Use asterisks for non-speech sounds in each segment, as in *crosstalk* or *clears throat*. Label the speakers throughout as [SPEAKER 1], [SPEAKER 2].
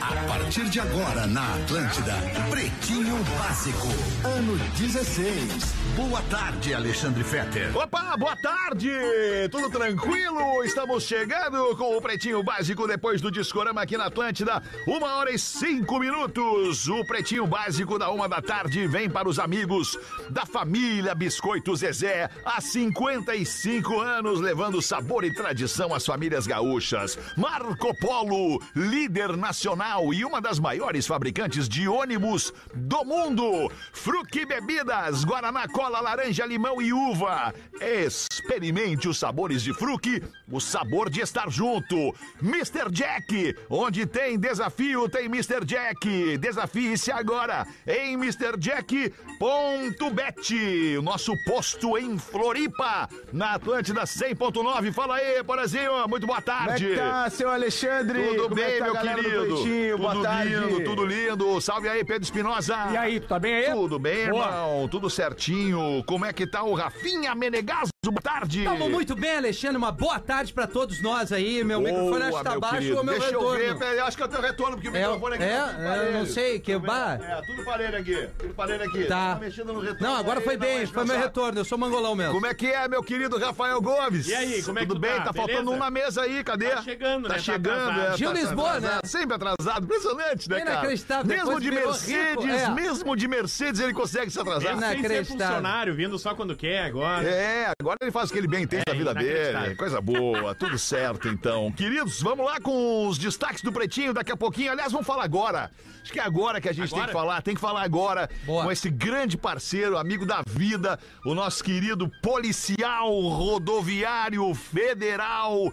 [SPEAKER 1] A partir de agora na Atlântida, Pretinho Básico, ano 16. Boa tarde, Alexandre Fetter.
[SPEAKER 2] Opa, boa tarde! Tudo tranquilo? Estamos chegando com o Pretinho Básico depois do Discorama aqui na Atlântida. Uma hora e cinco minutos. O Pretinho Básico da uma da tarde vem para os amigos da família Biscoito Zezé há 55 anos, levando sabor e tradição às famílias gaúchas. Marco Polo, líder nacional e uma das maiores fabricantes de ônibus do mundo. Fruque Bebidas, Guaraná Cola, Laranja, Limão e Uva. Experimente os sabores de Fruque, o sabor de estar junto. Mr. Jack, onde tem desafio, tem Mr. Jack. Desafie-se agora em MrJack.bet, o nosso posto em Floripa, na Atlântida 100.9. Fala aí, Porazinho, muito boa tarde.
[SPEAKER 3] Como é que tá, seu Alexandre?
[SPEAKER 2] Tudo
[SPEAKER 3] Como é
[SPEAKER 2] bem,
[SPEAKER 3] que tá a
[SPEAKER 2] meu
[SPEAKER 3] galera do
[SPEAKER 2] querido?
[SPEAKER 3] Pretinho? Boa
[SPEAKER 2] tudo
[SPEAKER 3] tarde.
[SPEAKER 2] lindo, tudo lindo. Salve aí, Pedro Espinosa.
[SPEAKER 4] E aí, tu tá bem aí?
[SPEAKER 2] Tudo bem,
[SPEAKER 4] Boa.
[SPEAKER 2] irmão? Tudo certinho. Como é que tá o Rafinha Menegaso? Boa tarde.
[SPEAKER 4] Tamo muito bem, Alexandre. Uma boa tarde pra todos nós aí. Meu
[SPEAKER 2] Boa,
[SPEAKER 4] microfone acho que tá
[SPEAKER 2] meu
[SPEAKER 4] baixo
[SPEAKER 2] querido.
[SPEAKER 4] ou meu
[SPEAKER 2] Deixa
[SPEAKER 4] retorno.
[SPEAKER 2] eu ver, peraí, acho que é o teu retorno, porque o
[SPEAKER 4] É,
[SPEAKER 2] microfone aqui
[SPEAKER 4] é,
[SPEAKER 2] tá tudo
[SPEAKER 4] eu
[SPEAKER 2] parelho.
[SPEAKER 4] não sei, que
[SPEAKER 2] Tá vendo?
[SPEAKER 4] bar-
[SPEAKER 2] É, tudo parelho aqui, tudo parelho aqui.
[SPEAKER 4] Tá.
[SPEAKER 2] Tá mexendo no retorno
[SPEAKER 4] Não, agora
[SPEAKER 2] aí, tá
[SPEAKER 4] foi
[SPEAKER 2] dá uma
[SPEAKER 4] bem, foi meu
[SPEAKER 2] descansada.
[SPEAKER 4] retorno. Eu sou mangolão mesmo.
[SPEAKER 2] Como é que é, meu querido Rafael Gomes?
[SPEAKER 5] E aí, como é que
[SPEAKER 2] Tudo
[SPEAKER 5] tu
[SPEAKER 2] bem?
[SPEAKER 5] tá?
[SPEAKER 2] Tá, faltando
[SPEAKER 5] Beleza?
[SPEAKER 2] um na mesa aí, cadê?
[SPEAKER 5] Tá chegando,
[SPEAKER 2] tá
[SPEAKER 5] né? Tá
[SPEAKER 2] chegando,
[SPEAKER 5] atrasado.
[SPEAKER 2] é,
[SPEAKER 4] Gil
[SPEAKER 2] tá- tá
[SPEAKER 4] Lisboa,
[SPEAKER 2] atrasado.
[SPEAKER 4] né?
[SPEAKER 2] Sempre atrasado, impressionante, né, cara?
[SPEAKER 4] Inacreditável,
[SPEAKER 2] Mesmo
[SPEAKER 4] depois
[SPEAKER 2] de
[SPEAKER 4] virou
[SPEAKER 2] Mercedes,
[SPEAKER 4] rico, é.
[SPEAKER 2] mesmo de Mercedes, ele consegue se atrasar.
[SPEAKER 4] É,
[SPEAKER 5] Sem ser
[SPEAKER 4] Inacreditável.
[SPEAKER 5] funcionário, vindo só quando quer agora.
[SPEAKER 2] É, agora ele faz o que ele bem entende
[SPEAKER 5] É,
[SPEAKER 2] da vida dele.
[SPEAKER 5] inacreditável.
[SPEAKER 2] Coisa boa, tudo certo então. Queridos, vamos lá com os destaques do Pretinho daqui a pouquinho. Aliás, vamos falar agora. Acho que é agora que a gente tem
[SPEAKER 5] Agora?
[SPEAKER 2] que falar. Tem que falar agora
[SPEAKER 4] Boa.
[SPEAKER 2] com esse grande parceiro, amigo da vida, o nosso querido policial rodoviário federal.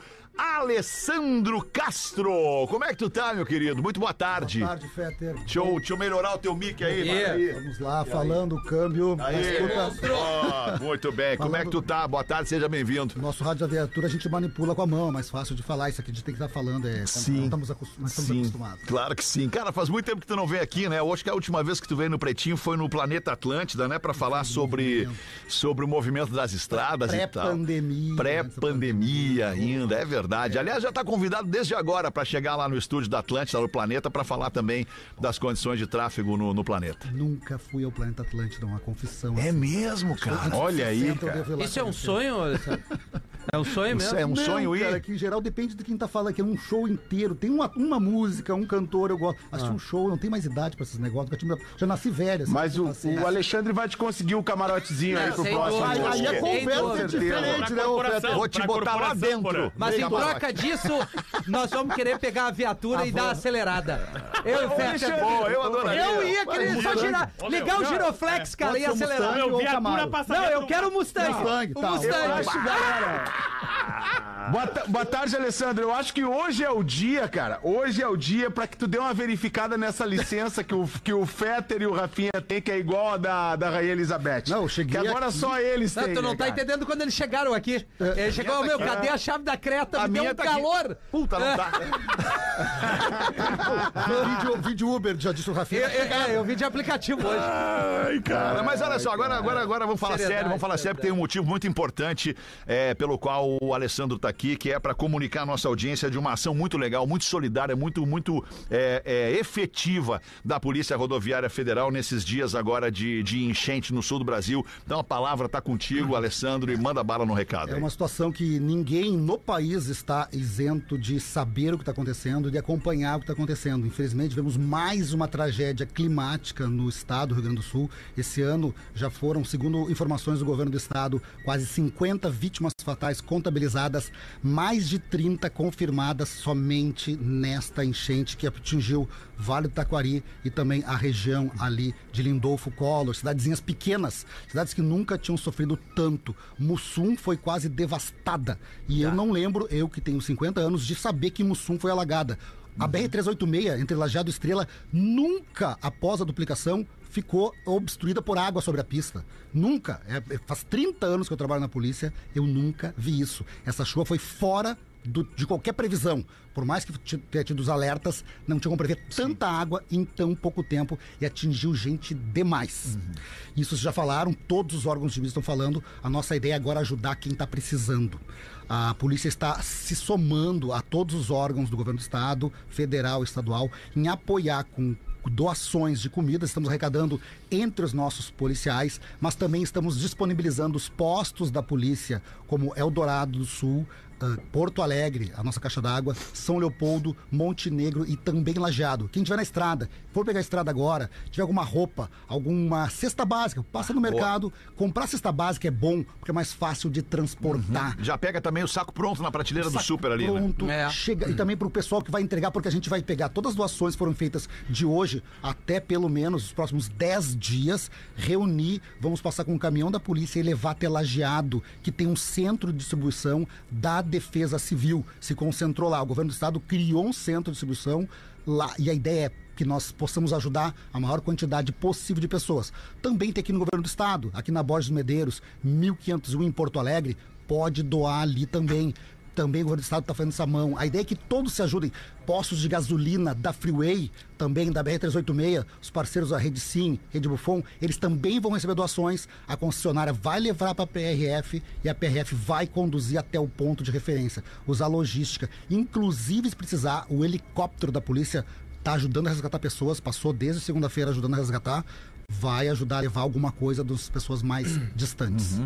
[SPEAKER 2] Alessandro Castro, como é que tu tá, meu querido? Muito boa tarde.
[SPEAKER 6] Boa tarde, Fetter.
[SPEAKER 2] Deixa, eu, deixa eu melhorar o teu mic aí,
[SPEAKER 4] Aí.
[SPEAKER 2] vai aí.
[SPEAKER 6] Vamos lá, falando o câmbio.
[SPEAKER 2] Aí,
[SPEAKER 6] Escuta,
[SPEAKER 2] ó, muito bem. Como é que tu tá? Boa tarde, seja bem-vindo.
[SPEAKER 6] nosso rádio da viatura a gente manipula com a mão, é mais fácil de falar. Isso aqui a gente tem que estar falando, é.
[SPEAKER 2] Sim.
[SPEAKER 6] Não estamos, acos- nós estamos acostumados.
[SPEAKER 2] Claro que sim. Cara, faz muito tempo que tu não vem aqui, né? Eu acho que a última vez que tu veio no Pretinho foi no Planeta Atlântida, né? Pra falar sobre, sobre o movimento das estradas e tal.
[SPEAKER 6] Pré-pandemia.
[SPEAKER 2] Pré-pandemia ainda, é verdade. Aliás, já tá convidado desde agora pra chegar lá no estúdio da Atlântida, no Planeta, pra falar também das condições de tráfego no, no planeta.
[SPEAKER 6] Nunca fui ao planeta Atlântida, uma confissão.
[SPEAKER 2] É
[SPEAKER 6] assim.
[SPEAKER 2] mesmo, cara. Olha aí,
[SPEAKER 6] Senta, eu
[SPEAKER 2] cara.
[SPEAKER 6] devo ir lá
[SPEAKER 4] Isso é um
[SPEAKER 6] conhecer.
[SPEAKER 4] sonho, Alessandro? É um sonho
[SPEAKER 2] Isso
[SPEAKER 4] mesmo?
[SPEAKER 2] é
[SPEAKER 6] Não,
[SPEAKER 2] um sonho
[SPEAKER 6] cara,
[SPEAKER 2] ir.
[SPEAKER 6] que em geral depende de quem tá falando, que é um show inteiro. Tem uma, uma música, um cantor, eu gosto. Acho
[SPEAKER 3] Ah.
[SPEAKER 6] um show, não tem mais idade pra esses negócios. porque eu tinha- Já nasci velho. assim,
[SPEAKER 3] Mas
[SPEAKER 6] pra
[SPEAKER 3] o,
[SPEAKER 6] passar.
[SPEAKER 3] o Alexandre vai te conseguir o camarotezinho aí pro
[SPEAKER 4] sem
[SPEAKER 3] próximo.
[SPEAKER 4] dúvida.
[SPEAKER 6] Aí a
[SPEAKER 4] Sem
[SPEAKER 6] conversa é
[SPEAKER 4] dúvida.
[SPEAKER 6] diferente,
[SPEAKER 5] Pra
[SPEAKER 6] né, ô
[SPEAKER 5] corporação.
[SPEAKER 6] Fetter?
[SPEAKER 2] Vou te
[SPEAKER 5] Pra
[SPEAKER 2] botar lá
[SPEAKER 5] corporação,
[SPEAKER 2] dentro.
[SPEAKER 5] Porã.
[SPEAKER 4] Mas em
[SPEAKER 2] Camarote.
[SPEAKER 4] troca disso, nós vamos querer pegar a viatura e dar uma acelerada. Eu e
[SPEAKER 3] é
[SPEAKER 4] o Fetter.
[SPEAKER 2] Pô, eu adoraria.
[SPEAKER 4] Eu ia querer só girar.
[SPEAKER 5] Ô, meu,
[SPEAKER 4] Ligar o
[SPEAKER 5] não,
[SPEAKER 2] é,
[SPEAKER 4] giroflex, cara, e
[SPEAKER 6] Pode ser
[SPEAKER 4] acelerar.
[SPEAKER 6] Mustang
[SPEAKER 5] Meu,
[SPEAKER 6] ou
[SPEAKER 5] viatura
[SPEAKER 6] Camaro.
[SPEAKER 5] passa
[SPEAKER 4] Não,
[SPEAKER 5] dentro
[SPEAKER 4] eu
[SPEAKER 5] do-
[SPEAKER 4] quero o Mustang.
[SPEAKER 6] Mustang,
[SPEAKER 4] o
[SPEAKER 6] tá.
[SPEAKER 3] Eu
[SPEAKER 4] Mustang.
[SPEAKER 3] acho, galera. Boa, ta- boa tarde, Alessandro. Eu acho que hoje é o dia, cara. Hoje é o dia pra que tu dê uma verificada nessa licença que o, que o Fetter e o Rafinha têm, que é igual a da, da Rainha Elizabeth.
[SPEAKER 6] Não, eu cheguei
[SPEAKER 3] Que agora
[SPEAKER 6] aqui-
[SPEAKER 3] só eles
[SPEAKER 4] Não,
[SPEAKER 3] têm.
[SPEAKER 4] tu não
[SPEAKER 3] né,
[SPEAKER 4] tá
[SPEAKER 3] cara?
[SPEAKER 4] entendendo quando eles chegaram aqui.
[SPEAKER 2] É.
[SPEAKER 4] Ele chegou, meu, cadê a chave da creta?
[SPEAKER 2] tá A
[SPEAKER 4] Me deu
[SPEAKER 2] minha
[SPEAKER 4] um
[SPEAKER 2] tá aqui.
[SPEAKER 4] calor.
[SPEAKER 2] Puta, não
[SPEAKER 4] *laughs*
[SPEAKER 2] tá.
[SPEAKER 6] *laughs* vídeo, vídeo Uber, já disse o
[SPEAKER 4] Eu,
[SPEAKER 6] Rafinha.
[SPEAKER 4] eu- é, eu vim de aplicativo hoje.
[SPEAKER 2] Ah, Ai, cara. Mas olha só, agora, agora, agora vamos falar
[SPEAKER 4] Seriedade,
[SPEAKER 2] sério, vamos falar sério,
[SPEAKER 4] seriedade.
[SPEAKER 2] porque tem um motivo muito importante é, pelo qual o Alessandro tá aqui, que é para comunicar a nossa audiência de uma ação muito legal, muito solidária, muito, muito é, é, efetiva da Polícia Rodoviária Federal nesses dias agora de, de enchente no sul do Brasil. Então a palavra tá contigo, Alessandro, e manda bala no recado.
[SPEAKER 6] É
[SPEAKER 2] aí.
[SPEAKER 6] uma situação que ninguém no país está isento de saber o que está acontecendo e de acompanhar o que está acontecendo. Infelizmente, tivemos mais uma tragédia climática no estado do Rio Grande do Sul. Esse ano já foram, segundo informações do governo do estado, quase 50 vítimas fatais contabilizadas, mais de 30 confirmadas somente nesta enchente que atingiu Vale do Taquari e também a região ali de Lindolfo Collor, cidadezinhas pequenas, cidades que nunca tinham sofrido tanto. Mussum foi quase devastada. E eu não lembro, eu que tenho 50 anos, de saber que Mussum foi alagada. A BR-386, entre Lajeado e Estrela, nunca, após a duplicação, ficou obstruída por água sobre a pista. Nunca, é, é- faz 30 anos que eu trabalho na polícia, eu nunca vi isso. Essa chuva foi fora do- de qualquer previsão. Por mais que ti- tenha tido os alertas, não tinha como prever tanta água em tão pouco tempo e atingiu gente demais. Isso vocês já falaram, todos os órgãos civis estão falando. A nossa ideia é agora ajudar quem está precisando. A polícia está se somando a todos os órgãos do governo do estado, federal, estadual, em apoiar com doações de comida, estamos arrecadando entre os nossos policiais, mas também estamos disponibilizando os postos da polícia, como Eldorado do Sul, ah, Porto Alegre, a nossa caixa d'água, São Leopoldo, Montenegro e também Lajeado. Quem estiver na estrada, for pegar a estrada agora, tiver alguma roupa, alguma cesta básica, passa no mercado, comprar cesta básica é bom, porque é mais fácil de transportar
[SPEAKER 2] Já pega também o saco pronto na prateleira do
[SPEAKER 6] saco
[SPEAKER 2] super ali, né?
[SPEAKER 6] pronto,
[SPEAKER 4] É.
[SPEAKER 6] chega e também pro pessoal que vai entregar porque a gente vai pegar todas as doações que foram feitas de hoje até pelo menos os próximos 10 dias, reunir, vamos passar com o caminhão da polícia e levar até Lajeado, que tem um centro de distribuição da Defesa Civil, se concentrou lá, o governo do estado criou um centro de distribuição lá e a ideia é que nós possamos ajudar a maior quantidade possível de pessoas. Também tem aqui no governo do estado, aqui na Borges dos Medeiros, 1501 em Porto Alegre, pode doar ali também. Também o governo do estado está fazendo essa mão. A ideia é que todos se ajudem. Postos de gasolina da Freeway, também da BR-386, os parceiros da Rede Sim, Rede Bufon, eles também vão receber doações. A concessionária vai levar para a PRF e a PRF vai conduzir até o ponto de referência. Usar logística. Inclusive, se precisar, o helicóptero da polícia está ajudando a resgatar pessoas. Passou desde segunda-feira ajudando a resgatar. Vai ajudar a levar alguma coisa das pessoas mais distantes.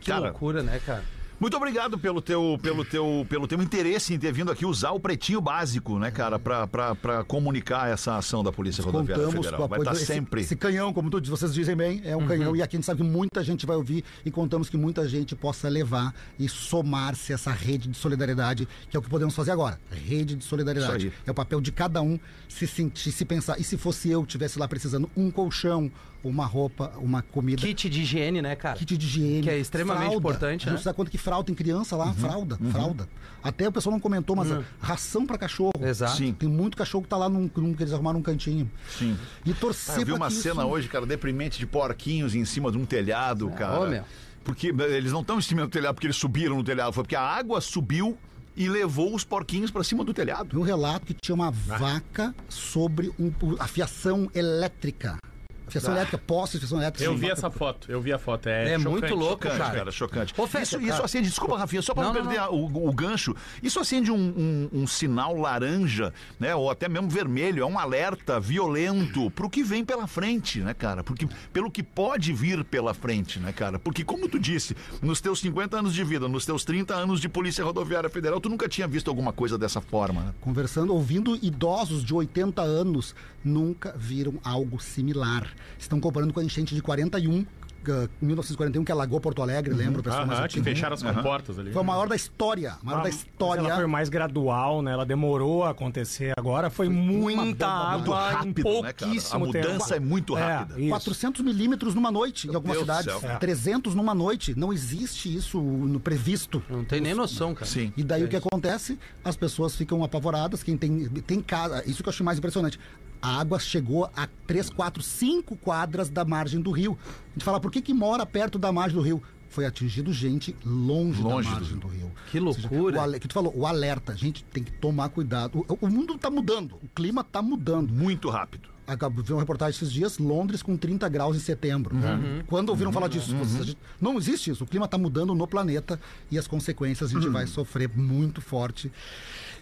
[SPEAKER 4] Que
[SPEAKER 2] Cara.
[SPEAKER 4] loucura, né, cara?
[SPEAKER 2] Muito obrigado pelo teu, pelo, teu, pelo teu interesse em ter vindo aqui usar o pretinho básico, né, cara, pra, pra, pra comunicar essa ação da Polícia Rodoviária
[SPEAKER 6] contamos com o
[SPEAKER 2] Federal. Vai
[SPEAKER 6] apoio
[SPEAKER 2] estar
[SPEAKER 6] do- esse-
[SPEAKER 2] sempre. Uhum.
[SPEAKER 6] Esse, canhão, como tu, diz, vocês dizem bem, é um canhão e aqui a gente sabe que muita gente vai ouvir e contamos que muita gente possa levar e somar-se a essa rede de solidariedade, que é o que podemos fazer agora. Rede de solidariedade.
[SPEAKER 2] Isso aí.
[SPEAKER 6] É o papel de cada um se sentir, se pensar. E se fosse eu, tivesse lá precisando um colchão, uma roupa, uma comida.
[SPEAKER 4] Kit de higiene, né, cara?
[SPEAKER 6] Kit de higiene.
[SPEAKER 4] Que é extremamente
[SPEAKER 6] fralda.
[SPEAKER 4] importante,
[SPEAKER 6] A
[SPEAKER 4] né?
[SPEAKER 6] gente se dá conta que fralda tem criança lá, fralda, fralda. Até o pessoal não comentou, mas ração pra cachorro.
[SPEAKER 4] Exato.
[SPEAKER 2] Sim.
[SPEAKER 6] Tem muito cachorro que tá lá num, num que eles arrumaram um cantinho. Sim. E torcer
[SPEAKER 2] Ah, Eu vi
[SPEAKER 6] pra
[SPEAKER 2] uma
[SPEAKER 6] que isso-
[SPEAKER 2] cena hoje, cara, deprimente de porquinhos em cima de um telhado,
[SPEAKER 6] É,
[SPEAKER 2] cara.
[SPEAKER 4] ô, meu.
[SPEAKER 2] Porque né, eles não estão em cima do telhado porque eles subiram no telhado, foi porque a água subiu e levou os porquinhos pra cima do telhado.
[SPEAKER 6] Viu um relato que tinha uma vaca sobre um, a fiação elétrica. A fiação elétrica, posse de fiação elétrica.
[SPEAKER 5] Eu
[SPEAKER 6] Sim,
[SPEAKER 5] vi
[SPEAKER 6] vaca-
[SPEAKER 5] essa foto, eu vi a foto. É,
[SPEAKER 4] É muito
[SPEAKER 5] chocante.
[SPEAKER 4] louco,
[SPEAKER 2] Chocante, cara,
[SPEAKER 4] cara.
[SPEAKER 2] chocante.
[SPEAKER 4] Ô, Fetter,
[SPEAKER 2] isso,
[SPEAKER 4] cara.
[SPEAKER 2] isso acende, desculpa, Rafinha, só pra não,
[SPEAKER 4] Não, não,
[SPEAKER 2] perder a- O, o gancho. Isso acende um, um- um sinal laranja, né? Ou até mesmo vermelho, é um alerta violento pro que vem pela frente, né, cara? Porque, pelo que pode vir pela frente, né, cara? Porque, como tu disse, nos teus 50 anos de vida, nos teus 30 anos de Polícia Rodoviária Federal, tu nunca tinha visto alguma coisa dessa forma, né?
[SPEAKER 6] conversando, ouvindo idosos de 80 anos, nunca viram algo similar. Estão comparando com a enchente de 41, eh, 1941, que alagou Porto Alegre, lembra? o pessoal mais
[SPEAKER 5] Aham, que
[SPEAKER 6] antigo?
[SPEAKER 5] fecharam as comportas ali.
[SPEAKER 6] Foi a maior da história, a maior da história.
[SPEAKER 7] Ela foi mais gradual, né? Ela demorou a acontecer agora. Foi, muita
[SPEAKER 6] bomba, muito
[SPEAKER 7] água
[SPEAKER 2] rápido,
[SPEAKER 7] em
[SPEAKER 2] né, cara? A
[SPEAKER 7] pouquíssimo tempo.
[SPEAKER 2] mudança é muito rápida.
[SPEAKER 7] isso.
[SPEAKER 6] 400 milímetros numa noite em algumas
[SPEAKER 2] Deus do
[SPEAKER 6] cidades,
[SPEAKER 2] céu.
[SPEAKER 6] 300 numa noite. Não existe isso no previsto.
[SPEAKER 4] Não tem nem noção, cara.
[SPEAKER 2] Sim.
[SPEAKER 6] E daí o que acontece? As pessoas ficam apavoradas. Quem tem, tem casa. Isso que eu achei mais impressionante. A água chegou a 3, 4, 5 quadras da margem do rio. A gente fala, por que, que mora perto da margem do rio? Foi atingido gente longe,
[SPEAKER 2] Longe
[SPEAKER 6] da
[SPEAKER 2] do
[SPEAKER 6] margem do rio.
[SPEAKER 4] Que
[SPEAKER 6] Ou seja,
[SPEAKER 4] loucura.
[SPEAKER 6] o ale- que tu falou, o alerta. A gente tem que tomar cuidado. O, o mundo tá mudando. O clima tá mudando.
[SPEAKER 2] Muito rápido.
[SPEAKER 6] Acabou de ver uma reportagem esses dias, Londres com 30 graus em setembro.
[SPEAKER 2] Uhum.
[SPEAKER 6] Uhum. Quando ouviram falar disso? vocês- a gente- não existe isso. O clima está mudando no planeta e as consequências a
[SPEAKER 2] Uhum.
[SPEAKER 6] gente vai sofrer muito forte.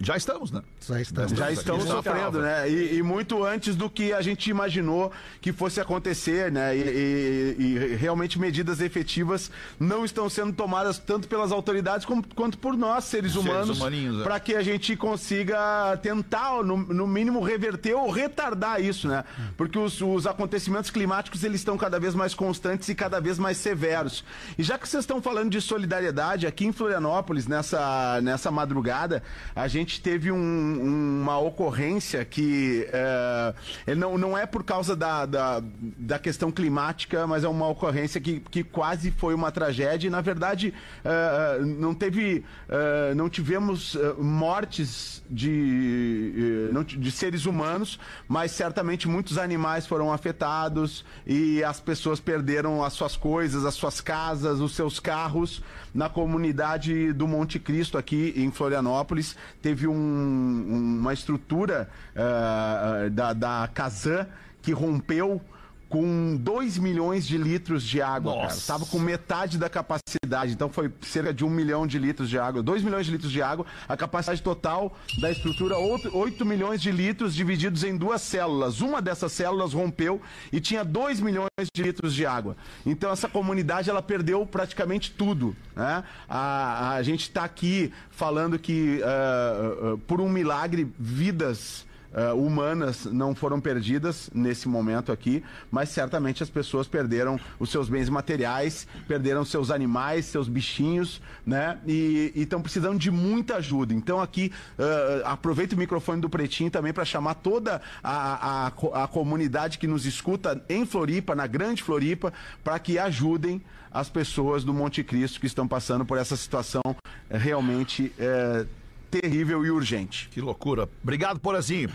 [SPEAKER 2] Já estamos, né?
[SPEAKER 6] Já estamos.
[SPEAKER 2] Já
[SPEAKER 3] Já
[SPEAKER 2] Isso
[SPEAKER 3] estão
[SPEAKER 2] aqui é uma
[SPEAKER 3] sofrendo,
[SPEAKER 2] prova.
[SPEAKER 3] né? E, e muito antes do que a gente imaginou que fosse acontecer, né? E, e- e realmente medidas efetivas não estão sendo tomadas tanto pelas autoridades como- quanto por nós, seres humanos,
[SPEAKER 2] humaninhos, é.
[SPEAKER 3] para que a gente consiga tentar, no, no mínimo, reverter ou retardar isso, né? Porque os, os acontecimentos climáticos eles estão cada vez mais constantes e cada vez mais severos. E já que vocês estão falando de solidariedade, aqui em Florianópolis, nessa, nessa madrugada, a gente gente teve um- um- uma ocorrência que é, ele não, não é por causa da, da, da questão climática, mas é uma ocorrência que, que quase foi uma tragédia. E, na verdade, é, não teve. é, não tivemos é, mortes de, é, não ti- de seres humanos, mas certamente muitos animais foram afetados e as pessoas perderam as suas coisas, as suas casas, os seus carros. Na comunidade do Monte Cristo, aqui em Florianópolis, teve um- um- uma estrutura eh, da, da Kazan que rompeu com 2 milhões de litros de água, cara. Tava com metade da capacidade, então foi cerca de 1 milhão de litros de água, 2 milhões de litros de água, a capacidade total da estrutura, 8 milhões de litros divididos em duas células. Uma dessas células rompeu e tinha 2 milhões de litros de água. Então essa comunidade ela perdeu praticamente tudo, né? A, a gente tá aqui falando que ah, ah, por um milagre vidas eh, humanas não foram perdidas nesse momento aqui, mas certamente as pessoas perderam os seus bens materiais, perderam seus animais, seus bichinhos, né? E estão precisando de muita ajuda. Então aqui eh, aproveito o microfone do Pretinho também para chamar toda a, a, co- a comunidade que nos escuta em Floripa, na Grande Floripa, para que ajudem as pessoas do Monte Cristo que estão passando por essa situação eh, realmente eh, terrível e urgente.
[SPEAKER 2] Que loucura. Obrigado, Porazinho.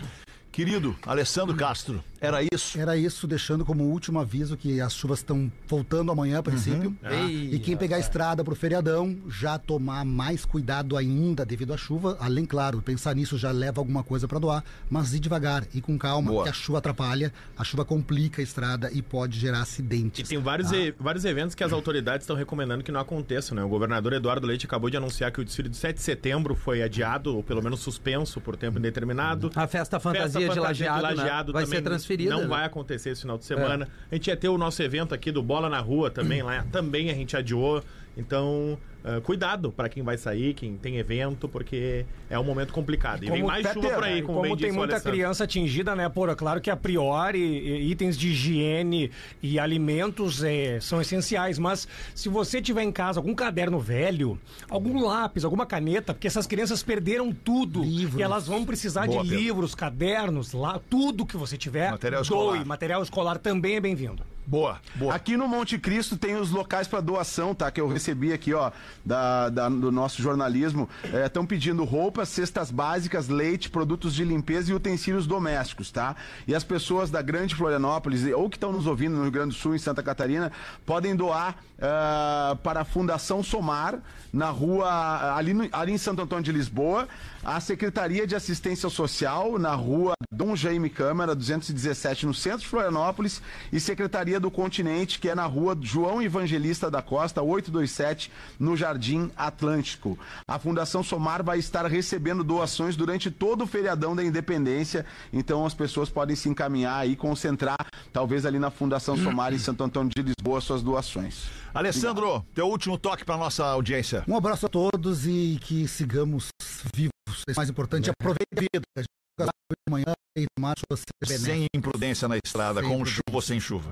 [SPEAKER 2] Querido Alessandro Castro, era isso?
[SPEAKER 6] Era isso, deixando como último aviso que as chuvas estão voltando amanhã, a
[SPEAKER 2] Uhum.
[SPEAKER 6] princípio.
[SPEAKER 2] Ah.
[SPEAKER 6] E quem pegar a estrada pro feriadão, já tomar mais cuidado ainda devido à chuva. Além, claro, pensar nisso já leva alguma coisa para doar, mas ir devagar e com calma,
[SPEAKER 2] Boa.
[SPEAKER 6] porque a chuva atrapalha, a chuva complica a estrada e pode gerar
[SPEAKER 5] E
[SPEAKER 6] acidentes.
[SPEAKER 5] tem um vários, e- vários eventos que as autoridades estão recomendando que não aconteçam, né? O governador Eduardo Leite acabou de anunciar que o desfile de 7 de setembro foi adiado, ou pelo menos suspenso por tempo indeterminado.
[SPEAKER 4] A festa fantasia de lajeado, né? vai ser transferida.
[SPEAKER 5] Não
[SPEAKER 4] né?
[SPEAKER 5] vai acontecer esse final de semana. A gente ia ter o nosso evento aqui do Bola na Rua também,
[SPEAKER 4] *clears throat*
[SPEAKER 5] lá também a gente adiou. Então, eh, cuidado para quem vai sair, quem tem evento, porque é um momento complicado. E, vem mais chuva por aí,
[SPEAKER 7] E
[SPEAKER 5] como,
[SPEAKER 7] como
[SPEAKER 5] bem
[SPEAKER 7] tem
[SPEAKER 5] disse o
[SPEAKER 7] muita
[SPEAKER 5] Alessandro.
[SPEAKER 7] criança atingida, né, Porã? Claro que a priori e- itens de higiene e alimentos eh, são essenciais, mas se você tiver em casa algum caderno velho, algum lápis, alguma caneta, porque essas crianças perderam tudo
[SPEAKER 6] Livros.
[SPEAKER 7] e elas vão precisar
[SPEAKER 2] Boa,
[SPEAKER 7] de
[SPEAKER 2] Pedro.
[SPEAKER 7] livros, cadernos, lá, tudo que você tiver,
[SPEAKER 2] Material
[SPEAKER 7] doe.
[SPEAKER 2] escolar.
[SPEAKER 7] Material escolar também é bem-vindo.
[SPEAKER 2] Boa, boa.
[SPEAKER 3] Aqui no Monte Cristo tem os locais para doação, tá? Que eu recebi aqui, ó, da, da- do nosso jornalismo. Estão pedindo roupas, cestas básicas, leite, produtos de limpeza e utensílios domésticos, tá? E as pessoas da Grande Florianópolis, ou que estão nos ouvindo no Rio Grande do Sul, em Santa Catarina, podem doar ah, para a Fundação Somar, na rua, ali, no- ali em Santo Antônio de Lisboa, a Secretaria de Assistência Social, na rua Dom Jaime Câmara, 217, no centro de Florianópolis, e Secretaria do Continente, que é na rua João Evangelista da Costa, 827, no Jardim Atlântico. A Fundação Somar vai estar recebendo doações durante todo o feriadão da Independência, então as pessoas podem se encaminhar e concentrar, talvez ali na Fundação Somar, em Santo Antônio de Lisboa, suas doações.
[SPEAKER 2] Alessandro, teu último toque para nossa audiência.
[SPEAKER 6] Um abraço a todos e que sigamos vivos. Isso é o mais importante. Aproveite a vida. A gente nunca sabe de manhã e tomar suas
[SPEAKER 2] Sem imprudência na estrada,
[SPEAKER 6] né? Sem
[SPEAKER 2] com
[SPEAKER 6] imprudência.
[SPEAKER 2] chuva ou sem chuva.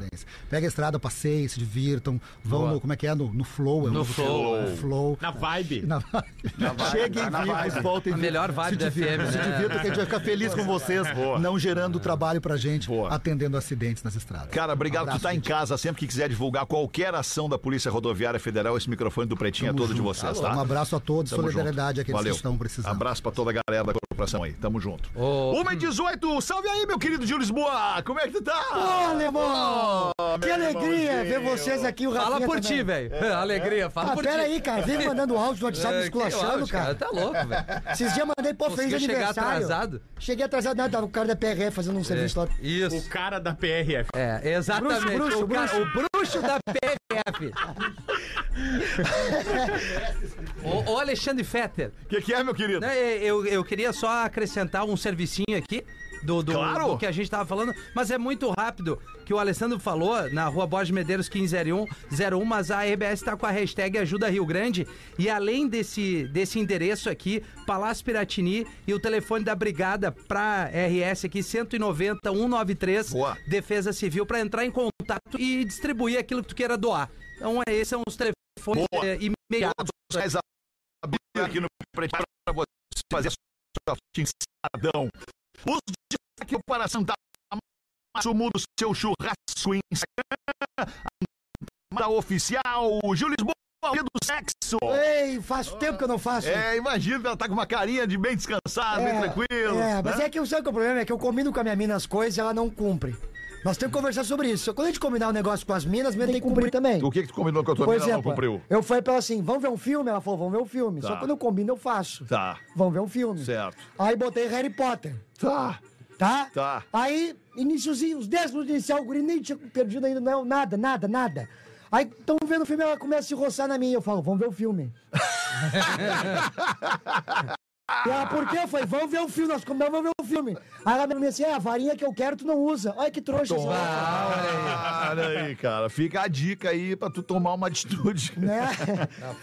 [SPEAKER 6] Pega a estrada, passeiem, se divirtam. Vão no, como é que é? No, no flow. é o
[SPEAKER 4] No
[SPEAKER 6] novo
[SPEAKER 4] flow.
[SPEAKER 6] termo, no flow.
[SPEAKER 5] Na vibe.
[SPEAKER 6] Na-
[SPEAKER 8] Cheguem vivos, voltem
[SPEAKER 4] A melhor vibe da FM,
[SPEAKER 6] Se
[SPEAKER 4] né?
[SPEAKER 6] divirtam que a gente vai ficar feliz com vocês, não gerando trabalho pra gente,
[SPEAKER 2] Boa.
[SPEAKER 6] atendendo acidentes nas estradas.
[SPEAKER 2] Cara, obrigado.
[SPEAKER 6] Abraço,
[SPEAKER 2] tu tá em
[SPEAKER 6] gente.
[SPEAKER 2] casa sempre que quiser divulgar qualquer ação da Polícia Rodoviária Federal. Esse microfone do Pretinho é todo de vocês, tá?
[SPEAKER 6] Um abraço a todos,
[SPEAKER 2] Tamo
[SPEAKER 6] solidariedade
[SPEAKER 2] junto.
[SPEAKER 6] àqueles
[SPEAKER 2] Valeu.
[SPEAKER 6] que estão precisando.
[SPEAKER 2] Abraço pra toda a galera da corporação aí. Tamo junto.
[SPEAKER 4] Ô,
[SPEAKER 2] 1 e 18, salve aí, meu querido Gil Lisboa! Como é que tu tá?
[SPEAKER 8] alemão! que alegria ver vocês aqui, o
[SPEAKER 4] Fala
[SPEAKER 8] Rafinha
[SPEAKER 4] por
[SPEAKER 8] também.
[SPEAKER 4] ti, velho. *laughs* Alegria, fala
[SPEAKER 8] Ah,
[SPEAKER 4] por ti.
[SPEAKER 8] pera aí, cara. Vem mandando áudio no WhatsApp me
[SPEAKER 4] É, que
[SPEAKER 8] esculachando,
[SPEAKER 4] ódio,
[SPEAKER 8] cara.
[SPEAKER 4] Tá louco, velho.
[SPEAKER 8] Esses dias mandei, pô, feliz
[SPEAKER 4] Conseguiu chegar
[SPEAKER 8] aniversário.
[SPEAKER 4] atrasado? É.
[SPEAKER 8] Cheguei atrasado, nada. Tava o cara da PRF fazendo um serviço lá.
[SPEAKER 5] O
[SPEAKER 4] Isso.
[SPEAKER 5] cara da PRF.
[SPEAKER 4] É, exatamente.
[SPEAKER 8] Bruxo,
[SPEAKER 4] o, cara- o bruxo da PFF. o, o Alexandre Fetter.
[SPEAKER 2] O que, que é, meu querido?
[SPEAKER 4] Né, Eu, eu queria só acrescentar um servicinho aqui. Do, do,
[SPEAKER 2] Claro.
[SPEAKER 4] do que a gente tava falando, mas é muito rápido que o Alessandro falou na rua Borges Medeiros 1501, 01, mas a RBS tá com a hashtag Ajuda Rio Grande e além desse, desse endereço aqui, Palácio Piratini e o telefone da Brigada pra RS aqui, 190 193
[SPEAKER 2] Boa.
[SPEAKER 4] Defesa Civil, pra entrar em contato e distribuir aquilo que tu queira doar. Então, é- esses são os telefones
[SPEAKER 2] Boa.
[SPEAKER 4] eh, imediatos.
[SPEAKER 2] Todos os canais abertos aqui no Pretinho pra você fazer a em Cidadão. Os destaques para Santa Márcia, tá o mundo seu churrasco em Instagram. A oficial, Júlio Lisboa, dia do sexo.
[SPEAKER 8] Ei, faz tempo que eu não faço.
[SPEAKER 2] É, imagina, ela tá com uma carinha de bem descansado, bem tranquilo.
[SPEAKER 8] É, mas
[SPEAKER 2] né?
[SPEAKER 8] é que eu sei que o problema é que eu combino com a minha mina as coisas e ela não cumpre. Nós temos que conversar sobre isso. Quando a gente combinar um negócio com as minas, as minas tem que cumprir também.
[SPEAKER 2] O que que tu combinou com a tua
[SPEAKER 8] Por
[SPEAKER 2] mina não
[SPEAKER 8] exemplo,
[SPEAKER 2] cumpriu?
[SPEAKER 8] eu falei pra ela assim, vamos ver um filme? Ela falou, vamos ver um filme. Só
[SPEAKER 2] Tá.
[SPEAKER 8] quando eu combino, eu faço.
[SPEAKER 2] Tá,
[SPEAKER 8] Vamos ver um filme.
[SPEAKER 2] certo.
[SPEAKER 8] Aí botei Harry Potter,
[SPEAKER 2] Tá.
[SPEAKER 8] tá?
[SPEAKER 2] Tá.
[SPEAKER 8] Aí, iníciozinho, os 10 minutos inicial, o guri nem tinha perdido ainda, não, nada, nada, nada. Aí, estão vendo o filme, ela começa a se roçar na minha. Eu falo, vamos ver o
[SPEAKER 2] *laughs*
[SPEAKER 8] filme. E ela, por quê? Eu falei, vamos ver o filme, nós combinamos, vamos ver o filme. Aí ela me disse assim, é, a varinha que eu quero tu não usa. Olha que trouxa essa varinha.
[SPEAKER 2] Ah, Olha aí, cara. Fica a dica aí pra tu tomar uma atitude.
[SPEAKER 8] né?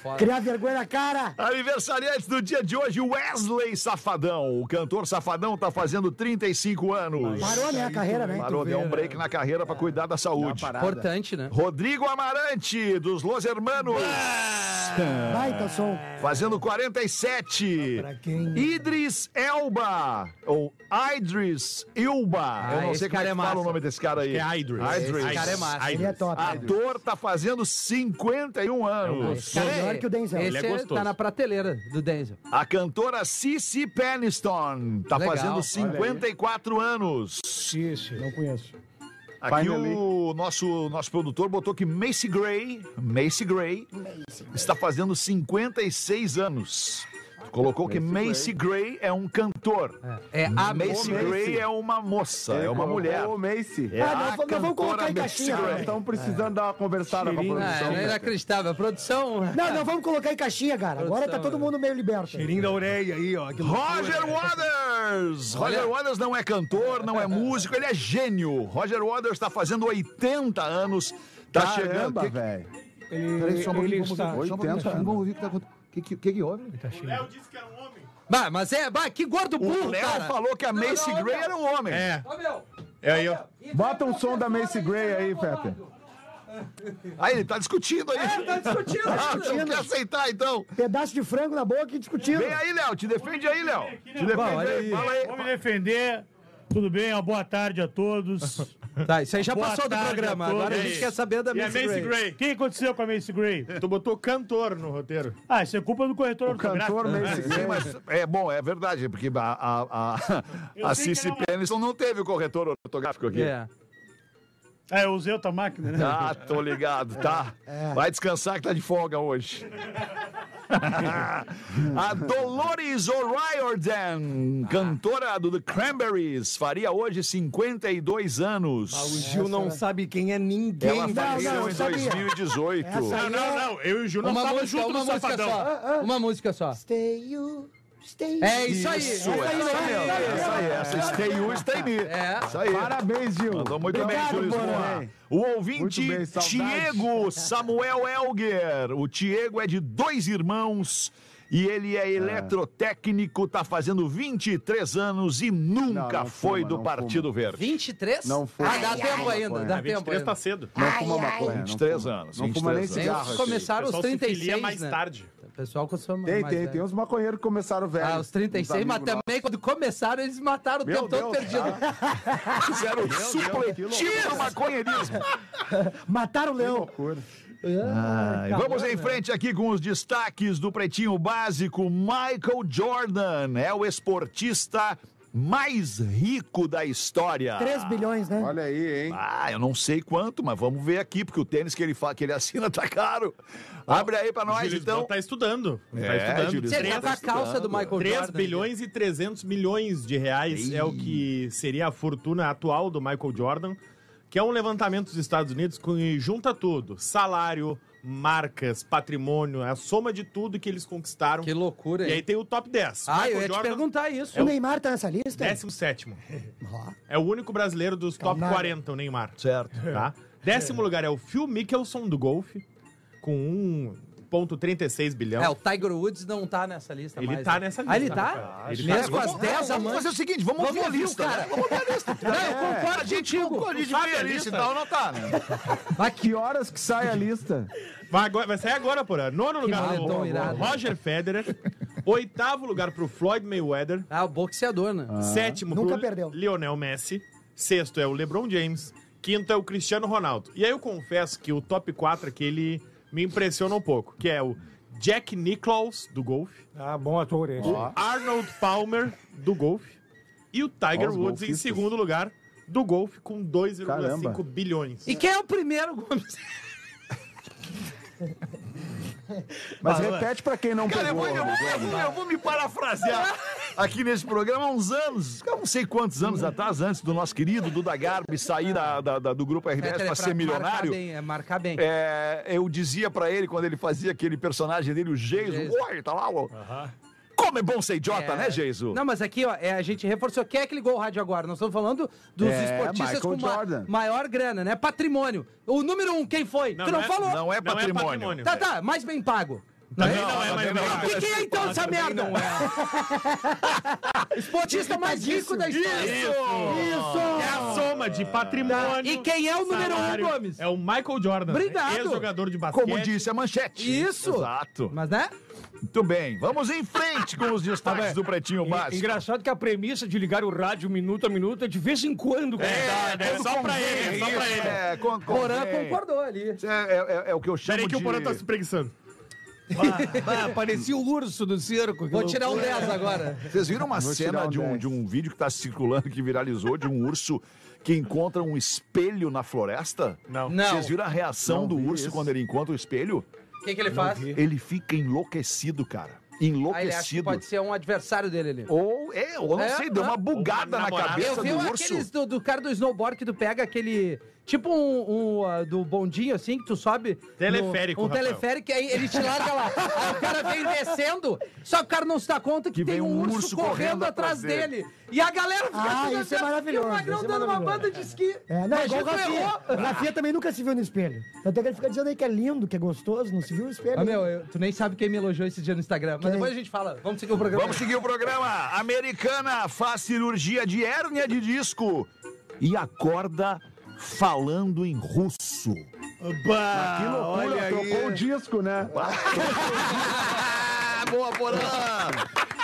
[SPEAKER 4] Tá
[SPEAKER 8] Criar vergonha na cara.
[SPEAKER 2] Aniversariante do dia de hoje, Wesley Safadão. O cantor Safadão tá fazendo 35 anos.
[SPEAKER 8] Parou, né, a É carreira, né?
[SPEAKER 2] Parou, deu um break na carreira pra cuidar da saúde.
[SPEAKER 4] Importante, né?
[SPEAKER 2] Rodrigo Amarante, dos Los Hermanos,
[SPEAKER 8] Baita som.
[SPEAKER 4] É.
[SPEAKER 2] fazendo 47. Idris Elba, ou Idris Ilba. Eu
[SPEAKER 4] Ah,
[SPEAKER 2] não
[SPEAKER 4] esse
[SPEAKER 2] sei como
[SPEAKER 4] cara
[SPEAKER 2] é
[SPEAKER 4] é
[SPEAKER 2] que fala
[SPEAKER 4] massa.
[SPEAKER 2] o nome desse cara aí.
[SPEAKER 5] É Idris.
[SPEAKER 2] Idris.
[SPEAKER 4] Esse cara é massa.
[SPEAKER 8] Ele é top.
[SPEAKER 2] Ator tá fazendo 51 anos.
[SPEAKER 4] Cara, é-
[SPEAKER 8] Melhor que o Denzel.
[SPEAKER 4] Esse
[SPEAKER 5] Ele é
[SPEAKER 4] é-
[SPEAKER 5] gostoso.
[SPEAKER 4] tá na prateleira do Denzel.
[SPEAKER 2] A cantora Cici Peniston tá
[SPEAKER 4] Legal, olha
[SPEAKER 2] fazendo
[SPEAKER 4] aí.
[SPEAKER 2] 54 anos.
[SPEAKER 7] Isso.
[SPEAKER 8] Não conheço.
[SPEAKER 2] Aqui
[SPEAKER 3] Finally.
[SPEAKER 2] o nosso, nosso produtor botou que Macy Gray, Macy Gray, está fazendo 56 anos. Colocou que Macy Gray é um cantor.
[SPEAKER 4] É
[SPEAKER 8] Ah,
[SPEAKER 4] a
[SPEAKER 2] Macy
[SPEAKER 4] Macy.
[SPEAKER 2] Gray é uma moça, é uma mulher.
[SPEAKER 3] Ô, Macy.
[SPEAKER 2] É
[SPEAKER 8] Ah, não,
[SPEAKER 2] a
[SPEAKER 8] vamos- não vamos colocar em
[SPEAKER 2] cantora
[SPEAKER 8] caixinha,
[SPEAKER 2] Macy
[SPEAKER 8] não, tá
[SPEAKER 2] Gray.
[SPEAKER 3] Estão precisando dar uma conversada com a
[SPEAKER 7] Cheirinho.
[SPEAKER 4] Ah,
[SPEAKER 3] produção.
[SPEAKER 4] não é
[SPEAKER 3] cara.
[SPEAKER 4] inacreditável. A produção.
[SPEAKER 8] Não, não, vamos colocar em caixinha, cara. Agora tá todo mundo meio liberto.
[SPEAKER 7] Cheirinho da orelha aí, ó. que loucura.
[SPEAKER 2] Roger Waters! Roger Waters não é cantor, não é músico, ele é gênio. Roger Waters está fazendo 80 anos, tá chegando.
[SPEAKER 3] Caramba,
[SPEAKER 2] Que-
[SPEAKER 3] velho.
[SPEAKER 7] Ele, ele está...
[SPEAKER 3] anos.
[SPEAKER 5] Léo disse que era um homem.
[SPEAKER 4] Bah, mas é, bah, que gordo
[SPEAKER 2] O
[SPEAKER 4] burro,
[SPEAKER 2] Léo
[SPEAKER 4] cara.
[SPEAKER 2] falou que a Macy
[SPEAKER 4] não,
[SPEAKER 2] Gray
[SPEAKER 4] não.
[SPEAKER 2] era um homem.
[SPEAKER 5] É.
[SPEAKER 4] Ô, meu,
[SPEAKER 5] É aí, ó.
[SPEAKER 3] Bota um som da Macy Gray aí, Pepe.
[SPEAKER 2] Aí ele tá discutindo aí.
[SPEAKER 4] é, tá
[SPEAKER 2] *laughs*
[SPEAKER 4] discutindo.
[SPEAKER 2] Ah, tu não quer aceitar então?
[SPEAKER 8] Pedaço de frango na boca e discutindo.
[SPEAKER 2] Vem aí, Léo, te defende aí, Léo. Te defende
[SPEAKER 4] Bom, olha
[SPEAKER 2] aí.
[SPEAKER 4] aí.
[SPEAKER 2] Fala aí.
[SPEAKER 9] Vou me defender. Tudo bem? Uma boa tarde a todos.
[SPEAKER 4] Tá, isso aí já
[SPEAKER 9] Boa
[SPEAKER 4] passou do
[SPEAKER 9] tarde
[SPEAKER 4] programa.
[SPEAKER 9] a todos.
[SPEAKER 4] Agora a gente quer saber da
[SPEAKER 5] E a
[SPEAKER 4] Macy
[SPEAKER 5] Macy
[SPEAKER 4] Gray.
[SPEAKER 5] Gray?
[SPEAKER 9] O que aconteceu com a Macy Gray?
[SPEAKER 5] Tu botou cantor no roteiro.
[SPEAKER 9] Ah, isso é culpa do corretor
[SPEAKER 3] O cantor Macy
[SPEAKER 2] Sim,
[SPEAKER 3] Gray.
[SPEAKER 2] mas é bom, é verdade, porque a, a, a,
[SPEAKER 9] Eu
[SPEAKER 2] a
[SPEAKER 9] sei que
[SPEAKER 2] Cici
[SPEAKER 9] não é.
[SPEAKER 2] Peniston não teve o corretor ortográfico aqui.
[SPEAKER 4] É.
[SPEAKER 9] né? Ah, eu usei outra máquina, né?
[SPEAKER 2] Ah, tô ligado, tá?
[SPEAKER 8] É,
[SPEAKER 2] Vai descansar que tá de
[SPEAKER 8] *laughs*
[SPEAKER 2] folga hoje. a Dolores O'Riordan, cantora do The Cranberries, faria hoje 52
[SPEAKER 7] O
[SPEAKER 2] anos.
[SPEAKER 7] Gil não sabe quem é ninguém.
[SPEAKER 2] Ela
[SPEAKER 8] não,
[SPEAKER 2] faleceu
[SPEAKER 8] eu
[SPEAKER 2] em
[SPEAKER 8] sabia.
[SPEAKER 2] 2018.
[SPEAKER 5] Não, não, não. Eu e o Ju não
[SPEAKER 4] Uma
[SPEAKER 5] estávamos
[SPEAKER 4] música,
[SPEAKER 5] juntos
[SPEAKER 4] uma
[SPEAKER 5] no
[SPEAKER 4] música
[SPEAKER 5] Safadão.
[SPEAKER 4] só. Uma música só.
[SPEAKER 8] Stay you, stay you.
[SPEAKER 4] É isso aí.
[SPEAKER 2] Isso, essa
[SPEAKER 4] É
[SPEAKER 2] aí, essa aí, um, essa Stay You, Stay Me.
[SPEAKER 4] É.
[SPEAKER 2] Isso aí.
[SPEAKER 3] Parabéns, Gil.
[SPEAKER 2] Mandou muito bem, Júlio Lisboa. O ouvinte
[SPEAKER 3] Muito bem, saudade.
[SPEAKER 2] Diego Samuel Elger. O Diego é de dois irmãos e ele é eletrotécnico, tá fazendo 23 anos e nunca
[SPEAKER 3] Não, não
[SPEAKER 2] foi
[SPEAKER 3] fuma,
[SPEAKER 2] do
[SPEAKER 3] não
[SPEAKER 2] Partido Verde.
[SPEAKER 4] 23?
[SPEAKER 3] Não foi.
[SPEAKER 4] Ah, dá tempo ainda, dá
[SPEAKER 5] A
[SPEAKER 4] tempo
[SPEAKER 5] 23
[SPEAKER 4] né? ainda.
[SPEAKER 5] tá cedo.
[SPEAKER 3] Não fuma maconha.
[SPEAKER 2] 23
[SPEAKER 3] não fuma.
[SPEAKER 2] anos,
[SPEAKER 3] Não
[SPEAKER 2] 23
[SPEAKER 3] fuma nem
[SPEAKER 2] anos.
[SPEAKER 4] Tem
[SPEAKER 3] cigarro.
[SPEAKER 4] uns que
[SPEAKER 3] aqui.
[SPEAKER 4] começaram os
[SPEAKER 5] pessoal se filia
[SPEAKER 4] 36,
[SPEAKER 5] mais
[SPEAKER 4] né?
[SPEAKER 5] tarde.
[SPEAKER 4] O pessoal consome
[SPEAKER 3] Tem,
[SPEAKER 4] mais
[SPEAKER 3] tem,
[SPEAKER 4] velho.
[SPEAKER 3] tem uns maconheiros que começaram velho.
[SPEAKER 4] é. Ah, os
[SPEAKER 3] Uns
[SPEAKER 4] 36, mas
[SPEAKER 3] amigos nossos.
[SPEAKER 4] também quando começaram eles mataram o
[SPEAKER 3] Meu
[SPEAKER 4] tempo todo
[SPEAKER 3] Deus, Ah,
[SPEAKER 4] perdido.
[SPEAKER 2] Fizeram o supletivo do maconheirismo.
[SPEAKER 8] Mataram o leão.
[SPEAKER 3] Loucura.
[SPEAKER 2] Ai, Vamos em frente aqui com os destaques do Pretinho Básico. Michael Jordan é o esportista mais rico da história.
[SPEAKER 8] 3 bilhões, né?
[SPEAKER 3] Olha aí, hein?
[SPEAKER 2] Ah, eu não sei quanto, mas vamos ver aqui, porque o tênis que ele, fa... que ele assina *laughs* tá caro. Abre aí pra nós,
[SPEAKER 5] Gil
[SPEAKER 2] então.
[SPEAKER 5] Lisboa tá estudando.
[SPEAKER 2] É,
[SPEAKER 5] tá
[SPEAKER 2] Gil
[SPEAKER 5] estudando.
[SPEAKER 2] Lisboa.
[SPEAKER 4] Você
[SPEAKER 2] Três
[SPEAKER 4] tá com a calça do Michael
[SPEAKER 5] 3
[SPEAKER 4] Jordan.
[SPEAKER 5] bilhões e 300 milhões de reais é o que seria a fortuna atual do Michael Jordan, que é um levantamento dos Estados Unidos que junta tudo: salário, marcas, patrimônio, é a soma de tudo que eles conquistaram.
[SPEAKER 4] Que loucura,
[SPEAKER 5] E aí
[SPEAKER 4] hein?
[SPEAKER 5] tem o top 10.
[SPEAKER 4] Ah, eu
[SPEAKER 5] Michael
[SPEAKER 4] ia te
[SPEAKER 5] Jordan,
[SPEAKER 4] perguntar isso.
[SPEAKER 8] O Neymar tá nessa lista?
[SPEAKER 5] 17.
[SPEAKER 8] Ó,
[SPEAKER 5] É o único brasileiro dos top
[SPEAKER 8] Canalha.
[SPEAKER 5] 40, o Neymar.
[SPEAKER 2] Certo.
[SPEAKER 5] *laughs* Tá? Décimo lugar é o Phil Mickelson do golfe, com 1,36 bilhão.
[SPEAKER 4] É, o Tiger Woods não tá nessa lista
[SPEAKER 5] Ele
[SPEAKER 4] mais.
[SPEAKER 5] tá
[SPEAKER 4] né?
[SPEAKER 5] nessa
[SPEAKER 4] Ah, ele
[SPEAKER 5] lista,
[SPEAKER 4] tá?
[SPEAKER 5] rapaz. Ele tá.
[SPEAKER 4] Mesmo com as
[SPEAKER 2] Vamos,
[SPEAKER 4] 10
[SPEAKER 2] vamos
[SPEAKER 4] amantes.
[SPEAKER 2] fazer o seguinte, vamos,
[SPEAKER 4] Vamos
[SPEAKER 2] ouvir a
[SPEAKER 4] ouvir o
[SPEAKER 2] lista.
[SPEAKER 4] cara.
[SPEAKER 2] né? Vamos ouvir a lista.
[SPEAKER 4] Não, eu concordo contigo.
[SPEAKER 2] A gente
[SPEAKER 5] Sabe
[SPEAKER 2] vê a
[SPEAKER 5] a
[SPEAKER 2] lista,
[SPEAKER 5] lista?
[SPEAKER 2] então não tá, né?
[SPEAKER 3] Que horas que sai a lista?
[SPEAKER 5] Vai, agora, vai sair agora, porra. Nono lugar,
[SPEAKER 4] moletom
[SPEAKER 5] o, o
[SPEAKER 4] irado.
[SPEAKER 5] Roger Federer, Oitavo lugar pro Floyd Mayweather.
[SPEAKER 4] Ah, o boxeador, né?
[SPEAKER 5] Sétimo
[SPEAKER 8] Nunca
[SPEAKER 5] pro
[SPEAKER 8] perdeu.
[SPEAKER 5] Lionel Messi. Sexto é o LeBron James. Quinto é o Cristiano Ronaldo. E aí eu confesso que o top 4 aqui ele me impressiona um pouco, que é o Jack Nicklaus do golfe,
[SPEAKER 7] Ah, bom ator esse.
[SPEAKER 5] Arnold Palmer do golfe e o Tiger
[SPEAKER 10] Ó, os
[SPEAKER 5] Woods em
[SPEAKER 10] golfistas.
[SPEAKER 5] segundo lugar do golfe com 2,5
[SPEAKER 10] Caramba.
[SPEAKER 5] bilhões.
[SPEAKER 4] E quem é o primeiro, Gomes?
[SPEAKER 3] Mas repete pra quem não
[SPEAKER 2] Cara, eu
[SPEAKER 3] pegou.
[SPEAKER 2] vou, eu, vou, eu vou- eu vou me parafrasear aqui nesse programa há uns anos, eu não sei quantos anos atrás, antes do nosso querido Duda Garbi sair da- da- da- do grupo RBS para ser
[SPEAKER 4] é Marcar
[SPEAKER 2] milionário.
[SPEAKER 4] bem, é marcar bem.
[SPEAKER 2] É, eu dizia pra ele, quando ele fazia aquele personagem dele, o Geiso,
[SPEAKER 4] Geiso.
[SPEAKER 2] oi, tá lá, ó. Como é bom ser idiota,
[SPEAKER 4] É.
[SPEAKER 2] né, Geiso?
[SPEAKER 4] Não, mas aqui, ó, é, a gente reforçou. Quem é que ligou o rádio agora? Nós estamos falando dos
[SPEAKER 10] É,
[SPEAKER 4] esportistas
[SPEAKER 10] Michael
[SPEAKER 4] com ma-
[SPEAKER 10] Jordan.
[SPEAKER 4] maior grana, né? Patrimônio. O número um, quem foi? tu não
[SPEAKER 5] é-
[SPEAKER 4] falou?
[SPEAKER 2] Não é patrimônio.
[SPEAKER 4] Tá, tá, mais bem pago. Não, é?
[SPEAKER 5] não é mais bem
[SPEAKER 4] O que, que é então essa merda? *laughs* Esportista mais rico da história.
[SPEAKER 5] É a soma de patrimônio.
[SPEAKER 4] E quem é o número
[SPEAKER 5] salário.
[SPEAKER 4] um, Gomes?
[SPEAKER 5] É o Michael Jordan.
[SPEAKER 4] Obrigado.
[SPEAKER 5] né? Ex-jogador de basquete.
[SPEAKER 2] Como disse a manchete.
[SPEAKER 4] Isso.
[SPEAKER 2] Exato.
[SPEAKER 4] Mas, né?
[SPEAKER 2] Muito bem, vamos em frente com os
[SPEAKER 5] Tá
[SPEAKER 2] destaques do Pretinho
[SPEAKER 7] E-
[SPEAKER 2] Básico.
[SPEAKER 7] Engraçado que a premissa de ligar o rádio minuto a minuto é de vez em quando, cara.
[SPEAKER 5] É só pra ele, é só pra ele.
[SPEAKER 2] É, con- con-
[SPEAKER 4] Porã
[SPEAKER 2] é,
[SPEAKER 4] concordou ali.
[SPEAKER 2] é, é- é- é o que eu chamo
[SPEAKER 5] Peraí que
[SPEAKER 2] de...
[SPEAKER 5] o Porã tá se preguiçando.
[SPEAKER 7] Ah, parecia o urso do circo.
[SPEAKER 4] Vou tirar um 10 agora.
[SPEAKER 2] Vocês viram uma cena
[SPEAKER 10] tirar um
[SPEAKER 2] de, um,
[SPEAKER 10] 10.
[SPEAKER 2] de um vídeo que tá circulando, que viralizou, de um urso que encontra um espelho na floresta?
[SPEAKER 5] Não.
[SPEAKER 4] Não.
[SPEAKER 2] Vocês viram a reação do urso quando ele encontra o espelho?
[SPEAKER 4] O que, que ele faz?
[SPEAKER 2] Ele fica enlouquecido, cara.
[SPEAKER 4] Aí Ah, ele acha que
[SPEAKER 2] Enlouquecido.
[SPEAKER 4] pode ser um adversário dele ali.
[SPEAKER 2] Ou, é, ou não
[SPEAKER 4] É,
[SPEAKER 2] sei, deu
[SPEAKER 4] é.
[SPEAKER 2] uma bugada
[SPEAKER 5] Ou
[SPEAKER 2] na
[SPEAKER 5] uma namorada.
[SPEAKER 2] cabeça
[SPEAKER 4] Eu vi
[SPEAKER 2] do urso.
[SPEAKER 4] aqueles do, do cara do snowboard que tu pega aquele. Tipo um, um, ah, do bondinho assim, que tu sobe.
[SPEAKER 5] Teleférico,
[SPEAKER 4] no- Um
[SPEAKER 5] Rafael.
[SPEAKER 4] teleférico, aí ele te larga lá. Aí o cara vem descendo, só que o cara não se dá conta que,
[SPEAKER 2] Que vem
[SPEAKER 4] tem um urso, correndo, atrás dele. E a galera fica
[SPEAKER 8] Ah,
[SPEAKER 4] tudo
[SPEAKER 8] isso é
[SPEAKER 4] atrás,
[SPEAKER 8] maravilhoso,
[SPEAKER 4] E o Magrão
[SPEAKER 8] isso é
[SPEAKER 4] dando uma
[SPEAKER 8] maravilhoso.
[SPEAKER 4] banda de esqui.
[SPEAKER 8] É, não,
[SPEAKER 4] Imagina,
[SPEAKER 8] igual o
[SPEAKER 4] tu errou.
[SPEAKER 8] Rafinha. O Rafinha também nunca se viu no espelho. Tanto é que ele fica dizendo aí que é lindo, que é gostoso, não se viu no espelho.
[SPEAKER 4] Ah, meu, eu- tu nem sabe quem me elogiou esse dia no Instagram. Mas
[SPEAKER 8] Quem?
[SPEAKER 4] depois a gente fala. Vamos seguir o programa.
[SPEAKER 2] Vamos seguir o programa. Americana faz cirurgia de hérnia de disco e acorda falando em russo.
[SPEAKER 3] Que loucura, trocou o disco, né?
[SPEAKER 2] Ah, boa, Porã!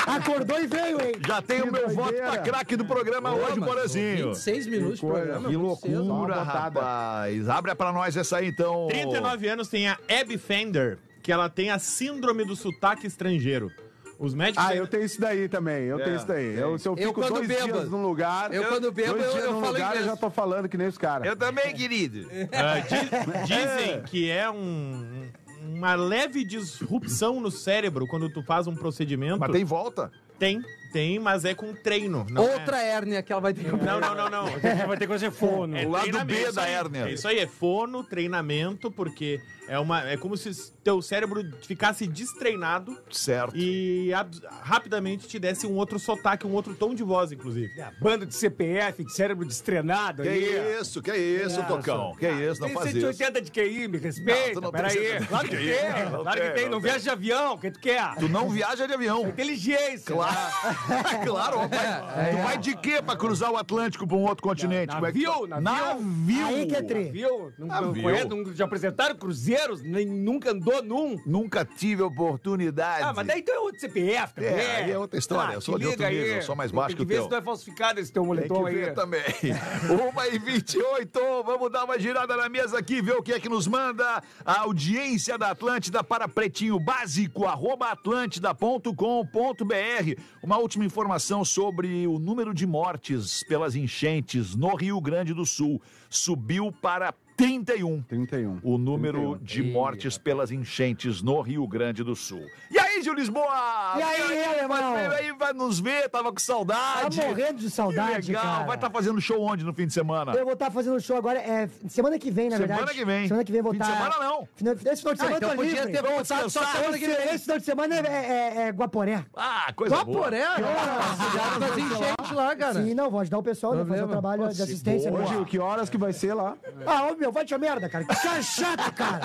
[SPEAKER 8] Acordou e veio, hein?
[SPEAKER 2] Já tem o meu voto pra craque do programa hoje, Porazinho.
[SPEAKER 4] 26 minutos de programa.
[SPEAKER 2] Que
[SPEAKER 4] muito cedo.
[SPEAKER 2] loucura, rapaz. Abre pra nós essa aí, então.
[SPEAKER 5] 39 anos tem a Abby Fender, que ela tem a síndrome do sotaque estrangeiro. Os médicos.
[SPEAKER 3] Ah, eu tenho isso daí também,
[SPEAKER 2] É.
[SPEAKER 3] eu tenho isso daí. Eu, se eu
[SPEAKER 4] Eu
[SPEAKER 3] fico
[SPEAKER 4] quando
[SPEAKER 3] dois
[SPEAKER 4] bebo-
[SPEAKER 3] dias num lugar,
[SPEAKER 4] eu quando bebo,
[SPEAKER 3] dois
[SPEAKER 4] eu-
[SPEAKER 3] dias
[SPEAKER 4] eu
[SPEAKER 3] num
[SPEAKER 4] falo
[SPEAKER 3] lugar,
[SPEAKER 4] inglês.
[SPEAKER 3] eu já tô falando que nem os caras.
[SPEAKER 2] também, querido.
[SPEAKER 5] Ah, di- dizem que é um- uma leve disrupção no cérebro quando tu faz um procedimento.
[SPEAKER 2] Mas tem volta.
[SPEAKER 5] Tem, tem, mas é com treino. não é-
[SPEAKER 4] Outra hérnia que ela vai ter que
[SPEAKER 5] Não, não, não, não.
[SPEAKER 7] É, Vai ter que fazer fono.
[SPEAKER 5] É
[SPEAKER 2] O lado B
[SPEAKER 5] treinamento, isso
[SPEAKER 2] da
[SPEAKER 5] aí.
[SPEAKER 2] hérnia.
[SPEAKER 5] É isso aí, é fono, treinamento, porque é, uma, é como se teu cérebro ficasse destreinado
[SPEAKER 2] Certo.
[SPEAKER 5] e ab- rapidamente te desse um outro sotaque, um outro tom de voz, inclusive.
[SPEAKER 4] Ah,
[SPEAKER 7] É, Banda de CPF, de cérebro destrenado.
[SPEAKER 2] Que
[SPEAKER 7] aí.
[SPEAKER 2] isso, que isso, Tocão. Que isso, não
[SPEAKER 7] Tem
[SPEAKER 2] faz isso.
[SPEAKER 7] 180 de QI, me
[SPEAKER 2] Não, tu
[SPEAKER 7] respeita.
[SPEAKER 2] não tem
[SPEAKER 7] Peraí.
[SPEAKER 2] 180
[SPEAKER 7] Claro que
[SPEAKER 2] de
[SPEAKER 7] tem.
[SPEAKER 2] QI, não
[SPEAKER 7] Claro que
[SPEAKER 2] tem,
[SPEAKER 7] tem.
[SPEAKER 2] não
[SPEAKER 7] Não viaja de avião. O que tu quer?
[SPEAKER 2] Tu não viaja de avião.
[SPEAKER 7] Inteligência.
[SPEAKER 2] Claro, *laughs* claro. ó, vai-
[SPEAKER 7] É.
[SPEAKER 2] tu vai de quê pra cruzar o Atlântico pra um outro continente? Como é que-
[SPEAKER 7] Navio, navio.
[SPEAKER 2] Navio.
[SPEAKER 8] Aí que é
[SPEAKER 7] né?
[SPEAKER 8] tri.
[SPEAKER 7] Viu? Não, não
[SPEAKER 2] viu.
[SPEAKER 7] conhece, não- já É, apresentaram cruzeiros, nem, nunca andou num.
[SPEAKER 2] Nunca tive oportunidade.
[SPEAKER 7] Ah, mas daí tu é outro CPF também.
[SPEAKER 2] É, aí é outra história, eu sou de
[SPEAKER 7] te
[SPEAKER 2] outro
[SPEAKER 7] liga
[SPEAKER 2] nível, eu sou mais
[SPEAKER 7] Tem
[SPEAKER 2] baixo que o
[SPEAKER 7] ver
[SPEAKER 2] teu.
[SPEAKER 7] se não é falsificado esse teu
[SPEAKER 2] Tem
[SPEAKER 7] moletom
[SPEAKER 2] que
[SPEAKER 7] aí.
[SPEAKER 2] ver também. *laughs* 1 e 28 vamos dar uma girada na mesa aqui, ver o que é que nos manda a audiência da Atlântida para pretinho básico, arroba atlântida.com.br. Uma última informação sobre o número de mortes pelas enchentes no Rio Grande do Sul. Subiu para 31
[SPEAKER 3] 31.
[SPEAKER 2] o número de mortes pelas enchentes no Rio Grande do Sul. E aí, Gil Lisboa?
[SPEAKER 8] E aí, alemão?
[SPEAKER 2] Vai, vai, vai nos ver, tava com
[SPEAKER 8] Tá
[SPEAKER 2] saudade.
[SPEAKER 8] morrendo de saudade,
[SPEAKER 2] que legal.
[SPEAKER 8] cara.
[SPEAKER 2] Vai estar fazendo show onde no fim de semana?
[SPEAKER 8] Eu vou estar fazendo show agora, é, semana que vem, na
[SPEAKER 2] Semana
[SPEAKER 8] verdade.
[SPEAKER 2] que vem.
[SPEAKER 8] Semana que vem vou
[SPEAKER 2] Fim de
[SPEAKER 8] estar...
[SPEAKER 2] semana não. Ah,
[SPEAKER 8] Final, esse final de semana
[SPEAKER 4] então
[SPEAKER 8] eu tá tô
[SPEAKER 4] podia
[SPEAKER 8] livre.
[SPEAKER 4] ter voltado só
[SPEAKER 8] Esse-
[SPEAKER 4] semana que vem.
[SPEAKER 8] Esse final de semana é, é, é Guaporé.
[SPEAKER 2] Ah, coisa boa.
[SPEAKER 4] Guaporé? Cuidado com as enchentes lá, cara.
[SPEAKER 8] Sim, não, vou ajudar o pessoal, né? Fazer o trabalho de assistência.
[SPEAKER 3] Ô,
[SPEAKER 8] meu.
[SPEAKER 3] Gil, que horas que vai ser lá?
[SPEAKER 8] Ah, ô meu, vai te a merda, cara. Que cara chato, cara.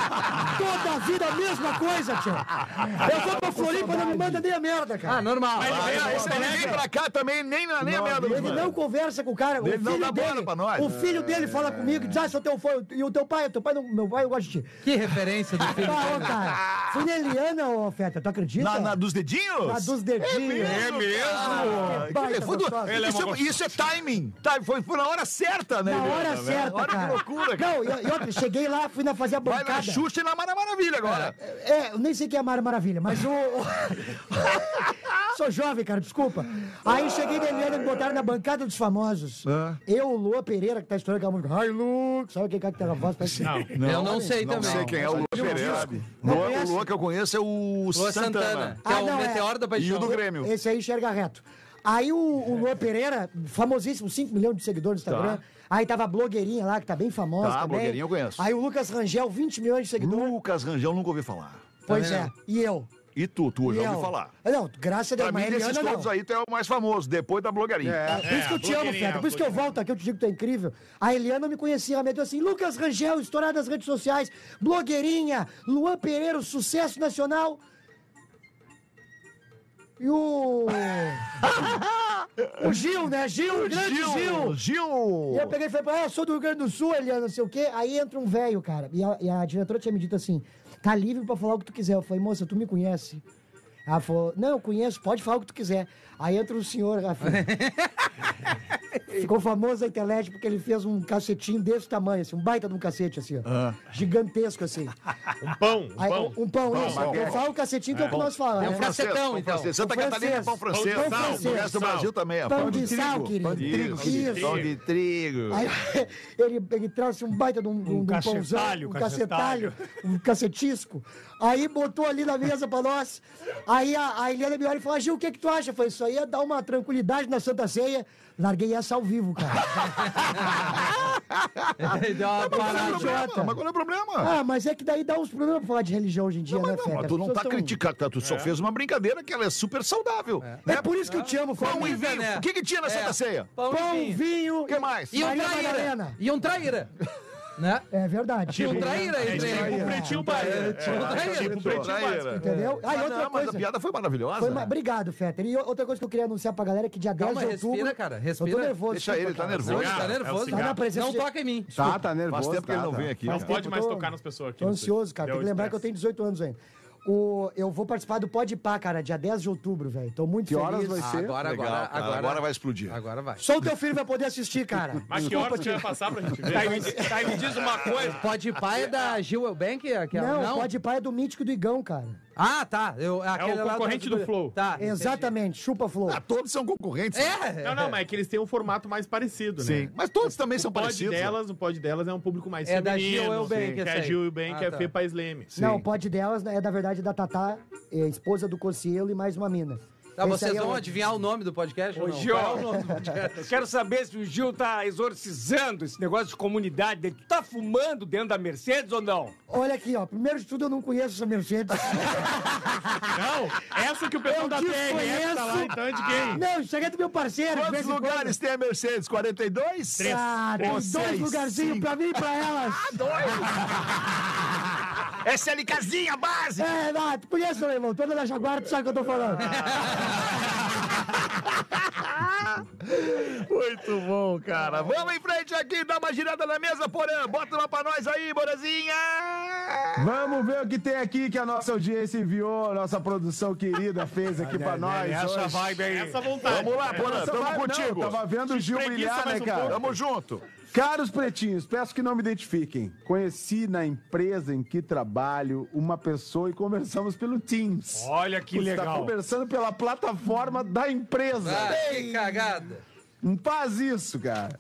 [SPEAKER 8] Toda a vida a mesma coisa, tio. Eu vou pra
[SPEAKER 4] Floripa não me manda nem a merda, cara.
[SPEAKER 11] Ah, normal.
[SPEAKER 2] Ele
[SPEAKER 11] Ah,
[SPEAKER 2] vem-
[SPEAKER 11] normal.
[SPEAKER 2] ele vem pra cá também, nem, na- nem a merda
[SPEAKER 4] Ele não conversa com o cara. O
[SPEAKER 2] Ele não
[SPEAKER 4] filho
[SPEAKER 2] dá
[SPEAKER 4] dele,
[SPEAKER 2] bola pra nós.
[SPEAKER 4] O filho dele fala comigo e diz: Ah, sou teu fã. E o teu pai, teu pai não, meu pai, eu gosto de ti.
[SPEAKER 11] Que referência do filho.
[SPEAKER 4] Ah, ô, cara. Fui na Eliana, ô, Feta, tu acredita?
[SPEAKER 2] Na, na dos dedinhos?
[SPEAKER 4] então, Na dos dedinhos.
[SPEAKER 2] É mesmo?
[SPEAKER 4] Ah, que baita
[SPEAKER 2] Foi do-
[SPEAKER 4] gostosa.
[SPEAKER 2] isso, é- isso é timing. Tá, foi, foi na hora certa, né?
[SPEAKER 4] Na
[SPEAKER 2] Eliana,
[SPEAKER 4] hora
[SPEAKER 2] né?
[SPEAKER 4] certa,
[SPEAKER 2] Olha
[SPEAKER 4] cara.
[SPEAKER 2] que loucura, cara.
[SPEAKER 4] Não, e, e outra, cheguei lá, fui na fazer a
[SPEAKER 2] Vai
[SPEAKER 4] bancada.
[SPEAKER 2] na Xuxa e na Mara Maravilha agora.
[SPEAKER 4] É, eu nem sei quem é a Mara Maravilha, mas o. *laughs* Sou jovem, cara, desculpa. Aí cheguei na Eliana, me botaram na bancada dos famosos. Eu, Lua Pereira, que tá estourando aquela música. Ai, Lu! Sabe quem é que tá na voz? Parece-
[SPEAKER 11] eu não sei
[SPEAKER 2] Não
[SPEAKER 11] também.
[SPEAKER 2] sei quem é o Lua Pereira. Lua- O Lua que eu conheço é o
[SPEAKER 11] Lua Santana,
[SPEAKER 2] Santana.
[SPEAKER 11] que é
[SPEAKER 4] Ah,
[SPEAKER 11] o
[SPEAKER 4] não, é.
[SPEAKER 11] meteoro da
[SPEAKER 2] E
[SPEAKER 11] paixão.
[SPEAKER 2] o do Grêmio.
[SPEAKER 4] Esse aí enxerga reto. Aí o, o Luan Pereira, famosíssimo, 5 milhões de seguidores no Instagram. Aí tava a blogueirinha lá, que tá bem famosa
[SPEAKER 2] Tá, a
[SPEAKER 4] também.
[SPEAKER 2] blogueirinha eu conheço. Uh,
[SPEAKER 4] Aí o Lucas Rangel, 20 milhões de seguidores.
[SPEAKER 2] Lucas Rangel, nunca ouvi falar.
[SPEAKER 4] é- pois é, e eu.
[SPEAKER 2] Tá E tu, tu
[SPEAKER 4] e
[SPEAKER 2] já
[SPEAKER 4] eu.
[SPEAKER 2] ouviu falar.
[SPEAKER 4] Não, graças a Deus,
[SPEAKER 2] Pra mim,
[SPEAKER 4] mas
[SPEAKER 2] desses
[SPEAKER 4] Eliana não. É,
[SPEAKER 2] todos aí, tu é o mais famoso, depois da blogueirinha.
[SPEAKER 4] Por isso que eu te amo,
[SPEAKER 5] blogueirinha,
[SPEAKER 4] Feta. Por isso que eu volto aqui, eu te digo que tu é incrível. A Eliana me conhecia, ela me deu assim, Lucas Rangel, estourado nas redes sociais, blogueirinha, Luan Pereira, sucesso nacional. E o... o Gil, né? Gil, o grande Gil. E eu
[SPEAKER 2] Gil!
[SPEAKER 4] peguei e falei pra ela, ah, sou do Rio Grande do Sul, Eliana, não sei o quê. Aí entra um velho, cara. E a, e a diretora tinha me dito assim, tá livre pra falar o que tu quiser. Eu falei, moça, tu me conhece? Ela falou, não, eu conheço, pode falar o que tu quiser. Aí entra o senhor, Rafinha. Ficou famoso na internet porque ele fez um cacetinho desse tamanho, assim, um baita de um cacete, assim, ó. Gigantesco, assim.
[SPEAKER 5] Um pão, um
[SPEAKER 4] Aí,
[SPEAKER 5] pão.
[SPEAKER 4] um, um pão, isso. Eu falo cacetinho que é o que nós falamos.
[SPEAKER 11] É um
[SPEAKER 4] né?
[SPEAKER 11] francês,
[SPEAKER 2] Francês, pão
[SPEAKER 11] então.
[SPEAKER 2] francês. Santa
[SPEAKER 4] Pão
[SPEAKER 2] Catarina é pão
[SPEAKER 4] francês.
[SPEAKER 2] francês.
[SPEAKER 4] Pão
[SPEAKER 2] O
[SPEAKER 4] francês.
[SPEAKER 2] resto do Brasil também é
[SPEAKER 4] Pão
[SPEAKER 2] pão
[SPEAKER 4] de sal, querido.
[SPEAKER 2] Pão de trigo,
[SPEAKER 4] Isso.
[SPEAKER 2] querido. Pão de trigo.
[SPEAKER 4] Aí *laughs* ele, ele trouxe um baita de um, de um- de um
[SPEAKER 12] cacetalho,
[SPEAKER 4] pãozão, um cacetalho, um cacetisco. Aí botou ali na mesa pra nós. Aí a, a Eliana me olha e falou, Gil, o que que tu acha? Eu falei, isso aí ia dar uma tranquilidade na Santa Ceia. Larguei essa ao vivo, cara.
[SPEAKER 11] Deu uma
[SPEAKER 2] Qual é o
[SPEAKER 11] parada.
[SPEAKER 2] problema?
[SPEAKER 4] idiota.
[SPEAKER 2] Mas qual é o problema?
[SPEAKER 4] ah, mas é que daí dá uns problemas pra falar de religião hoje em dia,
[SPEAKER 2] Não,
[SPEAKER 4] né,
[SPEAKER 2] mas não,
[SPEAKER 4] Feta?
[SPEAKER 2] mas tu não
[SPEAKER 4] As pessoas
[SPEAKER 2] tá
[SPEAKER 4] tão-
[SPEAKER 2] criticando, tá? tu só fez uma brincadeira que ela é super saudável. Né?
[SPEAKER 4] É por isso que eu te amo, Feta.
[SPEAKER 2] Pão e vinho.
[SPEAKER 11] né?
[SPEAKER 2] O que que tinha na Santa Ceia?
[SPEAKER 11] Pão,
[SPEAKER 4] É. Pão, vinho...
[SPEAKER 2] O que mais?
[SPEAKER 11] E um
[SPEAKER 4] Maria
[SPEAKER 11] traíra.
[SPEAKER 4] Madalena.
[SPEAKER 11] E um traíra. Né?
[SPEAKER 4] É verdade.
[SPEAKER 11] E um traíra aí,
[SPEAKER 5] Tipo
[SPEAKER 11] né?
[SPEAKER 5] pretinho básico.
[SPEAKER 11] Tipo um
[SPEAKER 2] É
[SPEAKER 11] traíra.
[SPEAKER 5] Tipo pretinho básico.
[SPEAKER 4] Entendeu? Ah, e
[SPEAKER 2] Ah,
[SPEAKER 4] outra
[SPEAKER 2] não, mas a
[SPEAKER 4] coisa.
[SPEAKER 2] piada foi maravilhosa. né?
[SPEAKER 4] Foi ma- Obrigado, Fetter. E outra coisa que eu queria anunciar pra galera é que dia 10
[SPEAKER 11] Calma,
[SPEAKER 4] de outubro.
[SPEAKER 11] respira, cara,
[SPEAKER 4] Eu
[SPEAKER 11] respira.
[SPEAKER 4] tô nervoso.
[SPEAKER 2] Deixa
[SPEAKER 4] desculpa,
[SPEAKER 2] ele, tá
[SPEAKER 4] cara.
[SPEAKER 2] nervoso.
[SPEAKER 11] Hoje tá nervoso.
[SPEAKER 4] Tá na presença
[SPEAKER 11] Não
[SPEAKER 4] de-
[SPEAKER 11] toca em mim.
[SPEAKER 3] Tá, tá nervoso.
[SPEAKER 2] Faz tempo que
[SPEAKER 3] tá,
[SPEAKER 2] ele não
[SPEAKER 3] tá.
[SPEAKER 2] vem aqui.
[SPEAKER 5] Não
[SPEAKER 2] cara.
[SPEAKER 5] pode mais
[SPEAKER 4] tô-
[SPEAKER 5] tocar nas pessoas aqui.
[SPEAKER 4] Tô ansioso, cara.
[SPEAKER 5] Deu
[SPEAKER 4] Tem que lembrar que eu
[SPEAKER 5] estresse.
[SPEAKER 4] tenho 18 anos ainda. O, eu vou participar do Pode Pá, cara, dia 10 de outubro, velho. Tô muito
[SPEAKER 3] Que
[SPEAKER 4] feliz.
[SPEAKER 3] horas vai ser?
[SPEAKER 11] Agora,
[SPEAKER 2] Legal,
[SPEAKER 11] agora,
[SPEAKER 2] cara.
[SPEAKER 11] agora.
[SPEAKER 2] Agora vai explodir.
[SPEAKER 11] Agora vai.
[SPEAKER 4] Só o teu filho vai poder assistir, cara.
[SPEAKER 5] Mas que hora você vai passar pra gente ver? Tá, me, diz uma coisa.
[SPEAKER 11] Pode pai é da Gil Elbank? Aquela?
[SPEAKER 4] Não, o Pode Pá é do Mítico do Igão, cara.
[SPEAKER 11] Ah, tá. Eu, aquele lá
[SPEAKER 5] É concorrente do Flow.
[SPEAKER 11] Tá. entendi.
[SPEAKER 4] Exatamente, chupa Flow.
[SPEAKER 2] Ah, todos são concorrentes. né?
[SPEAKER 11] É.
[SPEAKER 5] Não, não, mas é que eles têm um formato mais parecido,
[SPEAKER 2] Sim.
[SPEAKER 5] né?
[SPEAKER 2] Mas todos também são
[SPEAKER 5] O pod
[SPEAKER 2] parecidos.
[SPEAKER 5] delas, o pod delas é um público mais
[SPEAKER 11] É da
[SPEAKER 5] feminino.
[SPEAKER 11] Gil Eubank,
[SPEAKER 5] que
[SPEAKER 11] essa
[SPEAKER 5] é
[SPEAKER 11] aí.
[SPEAKER 5] Gil Eubank,
[SPEAKER 11] Ah,
[SPEAKER 5] que é
[SPEAKER 11] tá.
[SPEAKER 5] Fepa Sleme.
[SPEAKER 4] Não, o Pode delas é, na verdade, da Tatá, é, esposa do Cocielo e mais uma mina.
[SPEAKER 11] Tá,
[SPEAKER 4] Esse
[SPEAKER 11] vocês
[SPEAKER 4] aí é
[SPEAKER 11] vão
[SPEAKER 4] o-
[SPEAKER 11] adivinhar o nome do podcast ou não?
[SPEAKER 7] Gil.
[SPEAKER 11] Qual é o nome do podcast?
[SPEAKER 7] Eu quero saber se o Gil tá exorcizando esse negócio de comunidade dele. Tu tá fumando dentro da Mercedes ou não?
[SPEAKER 4] Olha aqui, ó. Primeiro de tudo, eu não conheço essa Mercedes.
[SPEAKER 5] *laughs* Não, essa que o pessoal
[SPEAKER 4] Eu
[SPEAKER 5] da TRF tá lá,
[SPEAKER 4] desconheço.
[SPEAKER 5] então é de quem?
[SPEAKER 4] Não, isso aqui é do meu parceiro. de
[SPEAKER 2] Quantos
[SPEAKER 4] vez em
[SPEAKER 2] lugares tem a Mercedes? 42?
[SPEAKER 4] quando. Ah, tem
[SPEAKER 2] Três.
[SPEAKER 4] dois
[SPEAKER 2] Seis,
[SPEAKER 4] lugarzinhos pra mim e pra elas.
[SPEAKER 2] SLKzinha básica!
[SPEAKER 4] É, não, tu conhece, meu irmão. Toda da Jaguar, tu sabe o que eu
[SPEAKER 11] *laughs*
[SPEAKER 4] tô falando.
[SPEAKER 11] Ah,
[SPEAKER 2] Muito bom, cara. Vamos em frente aqui, dá uma girada na mesa, Porã. Bota uma pra nós aí, Borazinha!
[SPEAKER 3] Vamos ver o que tem aqui que a nossa audiência enviou, a nossa produção querida fez
[SPEAKER 4] Ah,
[SPEAKER 3] aqui
[SPEAKER 4] né,
[SPEAKER 3] pra nós. hoje.
[SPEAKER 5] Essa vontade.
[SPEAKER 2] Vamos
[SPEAKER 1] Tá,
[SPEAKER 2] lá,
[SPEAKER 5] É.
[SPEAKER 2] Porã,
[SPEAKER 3] Essa
[SPEAKER 2] tamo
[SPEAKER 3] vai- não,
[SPEAKER 2] contigo.
[SPEAKER 3] tava vendo o Gil
[SPEAKER 5] espreguiça
[SPEAKER 3] brilhar,
[SPEAKER 5] mais
[SPEAKER 3] né,
[SPEAKER 5] um
[SPEAKER 3] cara?
[SPEAKER 2] Tamo junto.
[SPEAKER 3] Caros pretinhos, peço que não me identifiquem. Conheci na empresa em que trabalho uma pessoa e conversamos pelo Teams.
[SPEAKER 7] Olha que
[SPEAKER 3] Está
[SPEAKER 7] legal.
[SPEAKER 3] conversando pela plataforma da empresa.
[SPEAKER 11] Ah, que cagada.
[SPEAKER 3] Não faz isso, cara.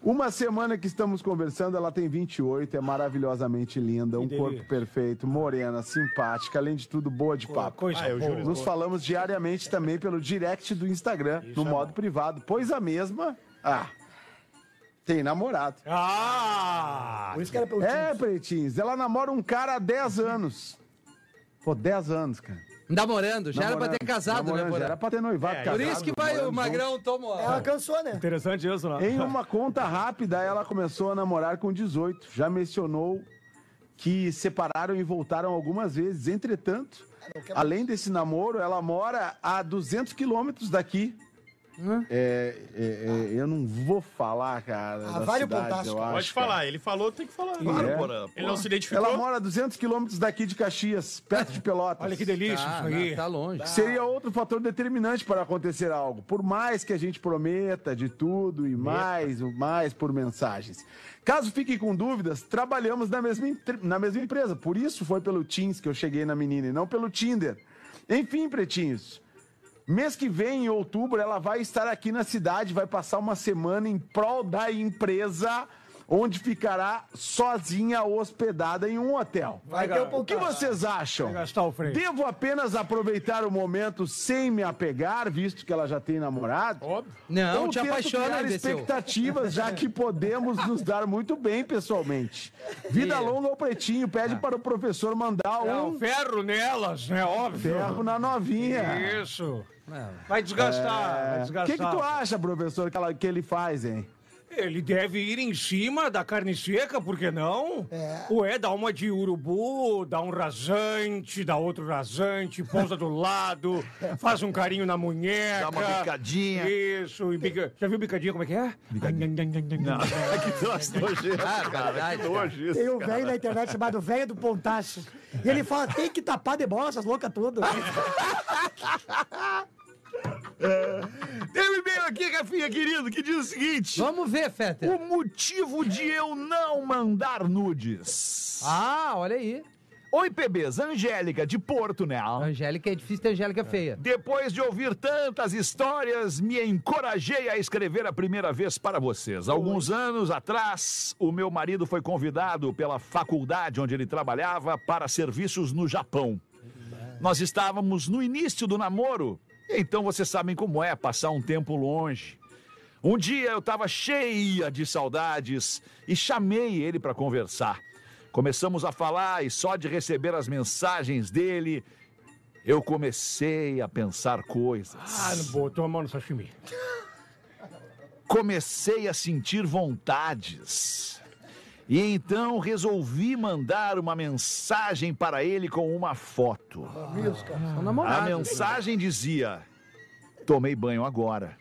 [SPEAKER 3] Uma semana que estamos conversando, ela tem 28, é maravilhosamente linda, um corpo perfeito, morena, simpática, além de tudo, boa de papo.
[SPEAKER 7] Coisa
[SPEAKER 5] Ah, eu
[SPEAKER 7] boa.
[SPEAKER 5] juro.
[SPEAKER 3] Nos falamos diariamente também pelo direct do Instagram, no modo privado, pois a mesma. Ah, tem namorado.
[SPEAKER 7] Ah!
[SPEAKER 4] Por isso que era pelo
[SPEAKER 3] É,
[SPEAKER 4] Teams.
[SPEAKER 3] Pretins, ela namora um cara há 10 anos. Pô, 10 anos, cara.
[SPEAKER 11] Namorando, já era pra ter
[SPEAKER 3] Namorando,
[SPEAKER 11] casado, né,
[SPEAKER 3] namorando,
[SPEAKER 11] Porã?
[SPEAKER 3] Já era pra ter noivado,
[SPEAKER 11] Por
[SPEAKER 3] casado,
[SPEAKER 11] isso que vai o
[SPEAKER 3] namorando junto.
[SPEAKER 11] Magrão toma.
[SPEAKER 4] Ela cansou, né?
[SPEAKER 7] Interessante isso, não?
[SPEAKER 3] Em uma conta rápida, ela começou a namorar com 18. Já mencionou que separaram e voltaram algumas vezes. Entretanto, além desse namoro, ela mora a 200 quilômetros daqui. É, é, é, eu não vou falar, cara.
[SPEAKER 5] Ah,
[SPEAKER 3] da
[SPEAKER 5] vale o
[SPEAKER 3] cidade,
[SPEAKER 5] pontaço.
[SPEAKER 3] eu
[SPEAKER 5] Pode
[SPEAKER 3] acho,
[SPEAKER 5] falar,
[SPEAKER 3] cara.
[SPEAKER 5] ele falou, tem que falar.
[SPEAKER 3] É.
[SPEAKER 5] Ele não se identificou.
[SPEAKER 3] Ela mora a 200 quilômetros daqui de Caxias, perto de Pelotas.
[SPEAKER 4] Olha que delícia Tá, isso aí. tá
[SPEAKER 1] longe.
[SPEAKER 3] Seria outro fator determinante para acontecer algo. Por mais que a gente prometa de tudo e mais, o mais por mensagens. Caso fiquem com dúvidas, trabalhamos na mesma, entre- na mesma empresa. Por isso foi pelo Teams que eu cheguei na menina e não pelo Tinder. Enfim, pretinhos. Mês que vem, em outubro, ela vai estar aqui na cidade, vai passar uma semana em prol da empresa, onde ficará sozinha hospedada em um hotel.
[SPEAKER 4] Vai
[SPEAKER 3] o
[SPEAKER 4] gastar.
[SPEAKER 3] que vocês acham? Devo apenas aproveitar o momento sem me apegar, visto que ela já tem namorado? Óbvio.
[SPEAKER 4] Então,
[SPEAKER 1] Não,
[SPEAKER 3] Ou
[SPEAKER 1] te
[SPEAKER 3] tento
[SPEAKER 1] apaixona,
[SPEAKER 3] criar
[SPEAKER 1] imbecil.
[SPEAKER 3] expectativas, já que podemos nos dar muito bem pessoalmente. Vida longa ao pretinho, pede
[SPEAKER 1] Ah.
[SPEAKER 3] para o professor mandar
[SPEAKER 4] É,
[SPEAKER 3] um
[SPEAKER 4] o ferro nelas, né? Óbvio.
[SPEAKER 3] ferro na novinha.
[SPEAKER 4] Isso. Vai desgastar,
[SPEAKER 3] É.
[SPEAKER 4] vai desgastar.
[SPEAKER 3] O que, que tu acha, professor, que, ela- que ele faz, hein?
[SPEAKER 4] Ele deve ir em cima da carne seca, por que não? É. Ué, dá uma de urubu, dá um rasante, dá outro rasante, pousa do *laughs* lado, faz um carinho na munheca.
[SPEAKER 7] Dá uma bicadinha.
[SPEAKER 4] Isso, e bica... Já viu bicadinha como é que é? Bicadinha. Não,
[SPEAKER 2] que troço nojento,
[SPEAKER 1] Ah,
[SPEAKER 2] cara.
[SPEAKER 1] verdade,
[SPEAKER 2] Que
[SPEAKER 1] cara.
[SPEAKER 2] nojo isso,
[SPEAKER 13] Tem um
[SPEAKER 2] cara.
[SPEAKER 13] velho na internet chamado Velho do Pontaço. E ele fala, tem que tapar de bola essas loucas tudo.
[SPEAKER 1] Ah,
[SPEAKER 2] Tem um e-mail aqui, Rafinha, querido, que diz o seguinte.
[SPEAKER 1] Vamos ver, Feta.
[SPEAKER 2] O motivo de eu não mandar nudes.
[SPEAKER 1] Ah, olha aí.
[SPEAKER 2] Oi, PBs. Angélica, de Porto, né?
[SPEAKER 1] Angélica é difícil ter Angélica feia.
[SPEAKER 2] Depois de ouvir tantas histórias, me encorajei a escrever a primeira vez para vocês. Alguns anos atrás, o meu marido foi convidado pela faculdade onde ele trabalhava para serviços no Japão. Nós estávamos no início do namoro, então vocês sabem como é passar um tempo longe. Um dia eu estava cheia de saudades e chamei ele para conversar. Começamos a falar e só de receber as mensagens dele, eu comecei a pensar coisas.
[SPEAKER 4] Ah, não botou a mão no sashimi.
[SPEAKER 2] Comecei a sentir vontades. E então resolvi mandar uma mensagem para ele com uma foto.
[SPEAKER 1] São
[SPEAKER 2] A
[SPEAKER 1] namorados.
[SPEAKER 2] mensagem dizia: Tomei banho agora.